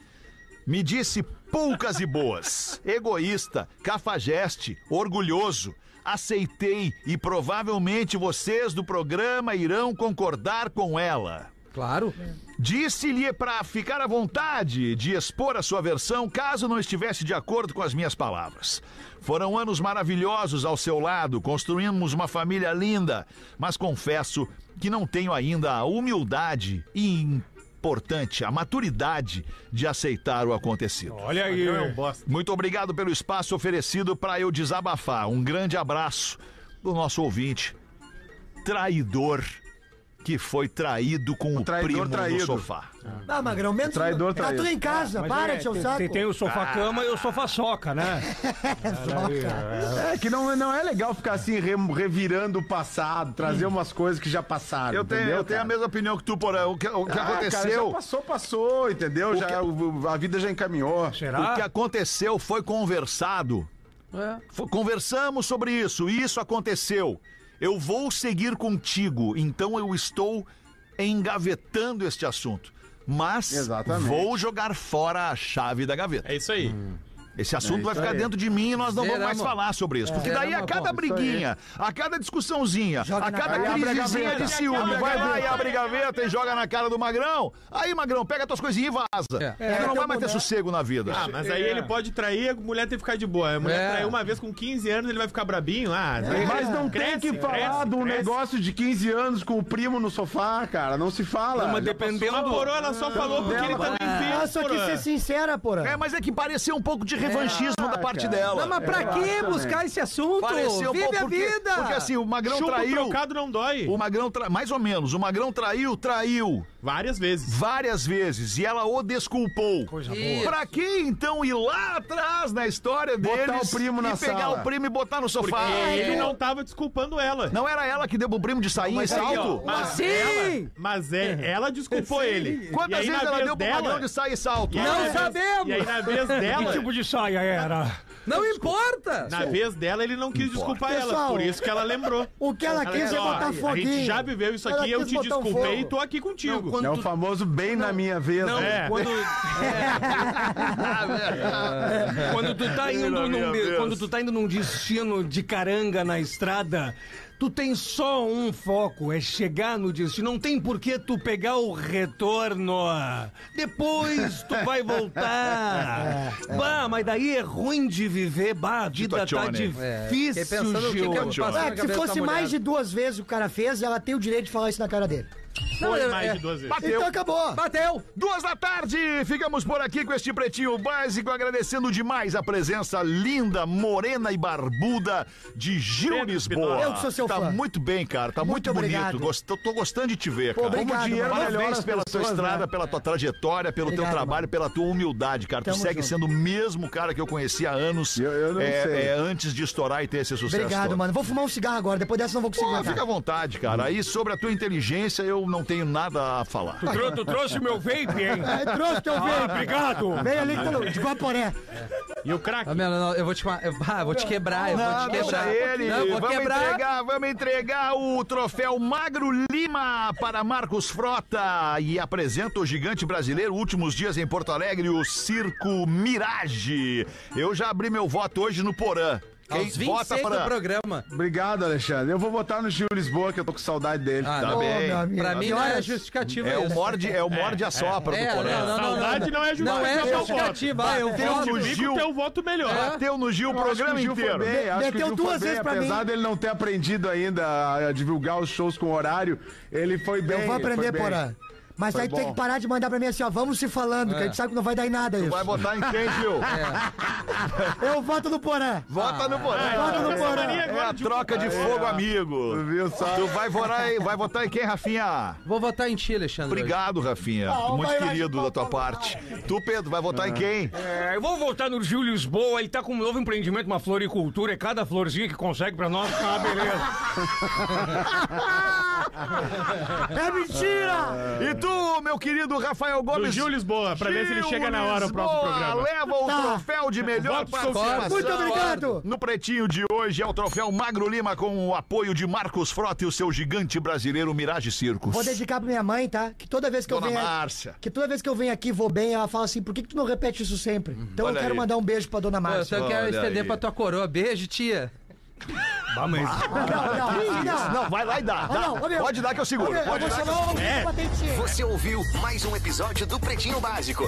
[SPEAKER 2] me disse poucas e boas. Egoísta, cafajeste, orgulhoso. Aceitei e provavelmente vocês do programa irão concordar com ela.
[SPEAKER 4] Claro.
[SPEAKER 2] Disse-lhe para ficar à vontade de expor a sua versão caso não estivesse de acordo com as minhas palavras. Foram anos maravilhosos ao seu lado, construímos uma família linda, mas confesso que não tenho ainda a humildade e importante, a maturidade de aceitar o acontecido.
[SPEAKER 7] Olha aí.
[SPEAKER 5] Magrão é um bosta.
[SPEAKER 2] Muito obrigado pelo espaço oferecido para eu desabafar. Um grande abraço do nosso ouvinte, traidor que foi traído com o,
[SPEAKER 10] traidor
[SPEAKER 2] primo no
[SPEAKER 10] traído.
[SPEAKER 2] sofá.
[SPEAKER 8] Ah, Magrão, menos.
[SPEAKER 10] Traidor,
[SPEAKER 8] tá
[SPEAKER 10] traidor.
[SPEAKER 8] tudo em casa,
[SPEAKER 7] Mas
[SPEAKER 8] para
[SPEAKER 7] é,
[SPEAKER 8] de seu
[SPEAKER 7] tem-
[SPEAKER 8] saco.
[SPEAKER 7] Tem, tem o sofá-cama e o sofá-soca, né?
[SPEAKER 10] É que não, não é legal ficar assim re- revirando o passado, trazer umas coisas que já passaram.
[SPEAKER 2] Eu tenho,
[SPEAKER 10] entendeu,
[SPEAKER 2] eu tenho a
[SPEAKER 10] cara?
[SPEAKER 2] mesma opinião que tu, Porã. O que, o que
[SPEAKER 10] Ah, cara,
[SPEAKER 2] aconteceu,
[SPEAKER 10] já passou, passou, entendeu? já, o- a vida já encaminhou.
[SPEAKER 7] Será?
[SPEAKER 2] o que aconteceu foi conversado.
[SPEAKER 4] É.
[SPEAKER 2] Fo- Conversamos sobre isso, isso aconteceu. Eu vou seguir contigo, então eu estou engavetando este assunto. Mas
[SPEAKER 10] Exatamente.
[SPEAKER 2] vou jogar fora a chave da gaveta.
[SPEAKER 5] É isso aí.
[SPEAKER 2] Esse assunto
[SPEAKER 10] É
[SPEAKER 2] vai
[SPEAKER 10] isso
[SPEAKER 2] ficar
[SPEAKER 10] aí.
[SPEAKER 2] dentro de mim e nós não vamos mais
[SPEAKER 10] Zeramos.
[SPEAKER 2] falar sobre isso.
[SPEAKER 10] É,
[SPEAKER 2] Porque daí a
[SPEAKER 10] zeramos a
[SPEAKER 2] cada
[SPEAKER 10] bola, isso aí.
[SPEAKER 2] briguinha, a cada discussãozinha,
[SPEAKER 10] Joga
[SPEAKER 2] a
[SPEAKER 10] na
[SPEAKER 2] cada
[SPEAKER 10] cara. Abre a
[SPEAKER 2] crisezinha
[SPEAKER 10] gaveta.
[SPEAKER 2] de ciúme,
[SPEAKER 10] Abre a
[SPEAKER 2] vai lá
[SPEAKER 10] gaveta.
[SPEAKER 2] e abre a gaveta e joga na cara do Magrão. Aí, Magrão, pega tuas coisinhas e vaza.
[SPEAKER 5] É.
[SPEAKER 2] Tu não
[SPEAKER 5] É,
[SPEAKER 2] vai mais ter
[SPEAKER 5] então,
[SPEAKER 2] sossego na vida.
[SPEAKER 5] Ah, mas aí ele pode trair, a mulher tem que ficar de boa. A mulher
[SPEAKER 2] É.
[SPEAKER 5] traiu uma vez com 15 anos, ele vai ficar brabinho. Ah,
[SPEAKER 10] Mas não
[SPEAKER 5] cresce,
[SPEAKER 10] tem que falar
[SPEAKER 5] cresce,
[SPEAKER 10] de um
[SPEAKER 5] cresce.
[SPEAKER 10] negócio de 15 anos com o primo no sofá, cara. Não se fala.
[SPEAKER 4] Ah,
[SPEAKER 5] Não, mas
[SPEAKER 10] Já
[SPEAKER 5] dependendo-
[SPEAKER 10] passou.
[SPEAKER 5] A Porã, ela só falou porque ele tá também fez,
[SPEAKER 8] Nossa, que ser sincera, porra.
[SPEAKER 2] É, mas é que pareceu um pouco de revanchismo
[SPEAKER 8] É,
[SPEAKER 2] da parte
[SPEAKER 8] cara.
[SPEAKER 2] dela.
[SPEAKER 8] Não, mas pra
[SPEAKER 2] É,
[SPEAKER 8] quê
[SPEAKER 2] exatamente.
[SPEAKER 8] buscar esse assunto? Vive a
[SPEAKER 2] porque,
[SPEAKER 8] vida!
[SPEAKER 2] Porque assim, o Magrão
[SPEAKER 8] Chumbo
[SPEAKER 2] traiu.
[SPEAKER 8] trocado
[SPEAKER 5] não dói.
[SPEAKER 2] O Magrão, tra... mais ou menos, o Magrão traiu, traiu.
[SPEAKER 5] Várias vezes.
[SPEAKER 2] Várias vezes. E ela o desculpou. Coisa
[SPEAKER 5] boa. Isso.
[SPEAKER 2] Pra que então ir lá atrás na história deles
[SPEAKER 5] Botar o primo na
[SPEAKER 2] e pegar
[SPEAKER 5] sala.
[SPEAKER 2] o primo e botar no sofá?
[SPEAKER 5] Porque ele não tava desculpando ela.
[SPEAKER 2] Não era ela que deu pro primo de sair
[SPEAKER 5] Mas
[SPEAKER 2] e
[SPEAKER 5] aí,
[SPEAKER 2] salto?
[SPEAKER 5] ó, mas ela- mas é, ela desculpou ele. E
[SPEAKER 2] Quantas
[SPEAKER 5] aí,
[SPEAKER 2] vezes
[SPEAKER 5] na
[SPEAKER 2] ela
[SPEAKER 5] vez
[SPEAKER 2] deu pro
[SPEAKER 5] dela-
[SPEAKER 2] Magrão de sair e salto?
[SPEAKER 5] E aí, na vez- E aí, na vez dela.
[SPEAKER 7] Que tipo de saia era?
[SPEAKER 4] Não importa!
[SPEAKER 5] Na vez dela, ele não quis
[SPEAKER 7] Importa.
[SPEAKER 5] desculpar ela,
[SPEAKER 7] Pessoal,
[SPEAKER 5] por isso que ela lembrou.
[SPEAKER 7] o que ela quis
[SPEAKER 5] disse,
[SPEAKER 7] é
[SPEAKER 5] ó,
[SPEAKER 7] botar
[SPEAKER 5] A
[SPEAKER 7] foguinho.
[SPEAKER 5] gente já viveu isso
[SPEAKER 7] Ela
[SPEAKER 5] aqui, eu
[SPEAKER 7] quis
[SPEAKER 5] te
[SPEAKER 7] botar um
[SPEAKER 5] desculpei
[SPEAKER 7] fogo.
[SPEAKER 5] e tô aqui contigo. É.
[SPEAKER 7] Não, quando
[SPEAKER 10] É o famoso bem na minha vez.
[SPEAKER 7] Não,
[SPEAKER 10] né?
[SPEAKER 7] *laughs* quando- É.
[SPEAKER 5] *laughs*
[SPEAKER 7] quando tu tá indo
[SPEAKER 10] Pelo
[SPEAKER 7] num,
[SPEAKER 10] meu Deus.
[SPEAKER 7] quando tu tá indo num destino de caranga na estrada, tu tem só um foco, é chegar no destino. Não tem por que tu pegar o retorno. Depois tu vai voltar.
[SPEAKER 10] *laughs*
[SPEAKER 7] Bah, mas daí é ruim de viver, bah, a vida tá
[SPEAKER 8] Tatione. É,
[SPEAKER 7] difícil,
[SPEAKER 8] fiquei pensando o que que eu
[SPEAKER 7] Gil.
[SPEAKER 8] faço na É, se fosse mais de duas vezes o cara fez, ela tem o direito de falar isso na cara dele.
[SPEAKER 2] Foi
[SPEAKER 8] é-
[SPEAKER 2] mais
[SPEAKER 8] é-
[SPEAKER 2] de duas vezes.
[SPEAKER 8] Bateu. Então acabou.
[SPEAKER 4] Bateu.
[SPEAKER 2] Duas da tarde, ficamos por aqui com este Pretinho Básico, agradecendo demais a presença linda, morena e barbuda de Gil Lisboa.
[SPEAKER 10] Eu que sou seu
[SPEAKER 2] tá
[SPEAKER 10] fã.
[SPEAKER 2] muito bem, cara, tá muito,
[SPEAKER 10] Muito
[SPEAKER 2] bonito.
[SPEAKER 10] obrigado.
[SPEAKER 2] Gost, tô gostando de te ver,
[SPEAKER 10] Pô,
[SPEAKER 2] cara.
[SPEAKER 10] obrigado,
[SPEAKER 2] Como dinheiro,
[SPEAKER 10] mano.
[SPEAKER 2] parabéns
[SPEAKER 10] Melhora as
[SPEAKER 2] pela tua
[SPEAKER 10] pessoas,
[SPEAKER 2] estrada,
[SPEAKER 10] né?
[SPEAKER 2] pela tua trajetória, pelo teu
[SPEAKER 10] Obrigado,
[SPEAKER 2] trabalho, pela tua humildade, cara. tu
[SPEAKER 10] Tamo
[SPEAKER 2] segue
[SPEAKER 10] junto.
[SPEAKER 2] sendo o mesmo cara que eu conheci há anos,
[SPEAKER 10] não
[SPEAKER 2] é,
[SPEAKER 10] sei.
[SPEAKER 2] é, antes de estourar e ter esse sucesso.
[SPEAKER 8] Obrigado,
[SPEAKER 2] todo.
[SPEAKER 8] mano. Vou fumar um cigarro agora, depois dessa eu não vou conseguir.
[SPEAKER 2] Pô,
[SPEAKER 8] cara.
[SPEAKER 2] fica à vontade, cara. Aí sobre a tua inteligência eu não tenho nada a falar.
[SPEAKER 7] Tu trou- tu trouxe meu vape, *laughs* hein?
[SPEAKER 8] É, trouxe teu vape. Vem ali
[SPEAKER 7] tá
[SPEAKER 8] que de Guaporé.
[SPEAKER 5] E o craque?
[SPEAKER 4] eu vou te, ma- eu- *laughs* ah, eu vou te quebrar, eu vou
[SPEAKER 2] Não,
[SPEAKER 4] te
[SPEAKER 2] deixa
[SPEAKER 4] quebrar.
[SPEAKER 2] ele.
[SPEAKER 4] Não, eu vou
[SPEAKER 2] vamos
[SPEAKER 4] quebrar.
[SPEAKER 2] entregar, vamos entregar o troféu Magro Lima para Marcos Frota e apresenta o gigante brasileiro últimos dias em Porto Alegre, o Circo Mirage. Eu já abri meu voto hoje no Porã.
[SPEAKER 4] Aos 26 do programa.
[SPEAKER 10] Obrigado, Alexandre. Eu vou votar no Gil Lisboa, que eu tô com saudade dele.
[SPEAKER 4] Ah,
[SPEAKER 2] Tá
[SPEAKER 4] não.
[SPEAKER 2] bem.
[SPEAKER 4] Ô, meu amigo. Pra
[SPEAKER 2] Tá
[SPEAKER 4] mim
[SPEAKER 2] bem.
[SPEAKER 4] não é justificativa
[SPEAKER 2] É o
[SPEAKER 4] isso.
[SPEAKER 2] morde, é o morde a sopra
[SPEAKER 4] É,
[SPEAKER 2] do Porã.
[SPEAKER 4] não, não, não, Saudade não. não é justificativa, Não é eu voto. justificativa, ah, eu
[SPEAKER 2] Bateu
[SPEAKER 4] voto.
[SPEAKER 2] no Gil,
[SPEAKER 5] Teu voto melhor.
[SPEAKER 2] bateu no Gil o
[SPEAKER 10] Eu acho que
[SPEAKER 2] programa
[SPEAKER 10] o Gil
[SPEAKER 2] inteiro.
[SPEAKER 10] Foi bem, acho que o Gil foi bem, Apesar dele não ter aprendido ainda a divulgar os shows com horário, ele foi bem.
[SPEAKER 8] Eu vou aprender,
[SPEAKER 10] ele foi bem.
[SPEAKER 8] Porã. Mas
[SPEAKER 10] Foi
[SPEAKER 8] aí tu tem
[SPEAKER 10] bom.
[SPEAKER 8] que parar de mandar pra mim assim, ó, vamos se falando, que a
[SPEAKER 10] É.
[SPEAKER 8] gente sabe que não vai dar em nada isso.
[SPEAKER 10] vai botar em quem, Gil?
[SPEAKER 8] Eu voto no Porã.
[SPEAKER 2] Vota no Porã.
[SPEAKER 8] Voto no Porã.
[SPEAKER 2] É a troca de
[SPEAKER 8] Aí,
[SPEAKER 2] fogo,
[SPEAKER 8] ó.
[SPEAKER 2] amigo. Tu
[SPEAKER 10] viu só?
[SPEAKER 2] Tu vai votar em, vai votar em quem, Rafinha?
[SPEAKER 4] Vou votar em ti, Alexandre.
[SPEAKER 2] Obrigado, Rafinha.
[SPEAKER 7] Ah,
[SPEAKER 2] Muito
[SPEAKER 7] vai lá,
[SPEAKER 2] querido da tua parte. Tu, Pedro, vai votar em quem?
[SPEAKER 7] É, eu vou voltar no Júlio Lisboa, ele tá com um novo empreendimento, uma floricultura, e cada florzinha que consegue pra nós tá uma beleza.
[SPEAKER 8] É mentira!
[SPEAKER 2] E tu, meu querido Rafael Gomes?
[SPEAKER 5] Do Gil Lisboa, pra ver se ele
[SPEAKER 2] Gil
[SPEAKER 5] chega na hora o próximo
[SPEAKER 2] Lisboa
[SPEAKER 5] programa.
[SPEAKER 2] leva o
[SPEAKER 5] Tá.
[SPEAKER 2] troféu de melhor
[SPEAKER 5] Voto sorteado.
[SPEAKER 2] participação.
[SPEAKER 5] Muito
[SPEAKER 8] obrigado.
[SPEAKER 2] No Pretinho de hoje é o troféu Magro Lima com o apoio de Marcos Frota e o seu gigante brasileiro Mirage Circos.
[SPEAKER 8] Vou dedicar pra minha mãe, tá? Que toda vez que
[SPEAKER 2] Dona
[SPEAKER 8] eu venho.
[SPEAKER 2] Márcia.
[SPEAKER 8] Que toda vez que eu venho aqui vou bem, ela fala assim: por que, que tu não repete isso sempre? Então
[SPEAKER 4] Olha
[SPEAKER 8] eu quero
[SPEAKER 4] aí.
[SPEAKER 8] mandar um beijo pra dona
[SPEAKER 4] Pô, eu
[SPEAKER 8] Márcia.
[SPEAKER 4] só quero estender pra tua coroa. Beijo, tia.
[SPEAKER 7] Vamos.
[SPEAKER 10] tá
[SPEAKER 8] não,
[SPEAKER 2] Que isso? Não, vai lá e dá.
[SPEAKER 8] Ah,
[SPEAKER 2] dá.
[SPEAKER 8] não, ô, meu.
[SPEAKER 2] Pode dar que eu seguro.
[SPEAKER 8] Ô, meu, eu
[SPEAKER 2] Pode
[SPEAKER 8] vou
[SPEAKER 2] dar que eu
[SPEAKER 8] chamar o-
[SPEAKER 2] seguro.
[SPEAKER 8] É.
[SPEAKER 16] Você ouviu mais um episódio do Pretinho Básico.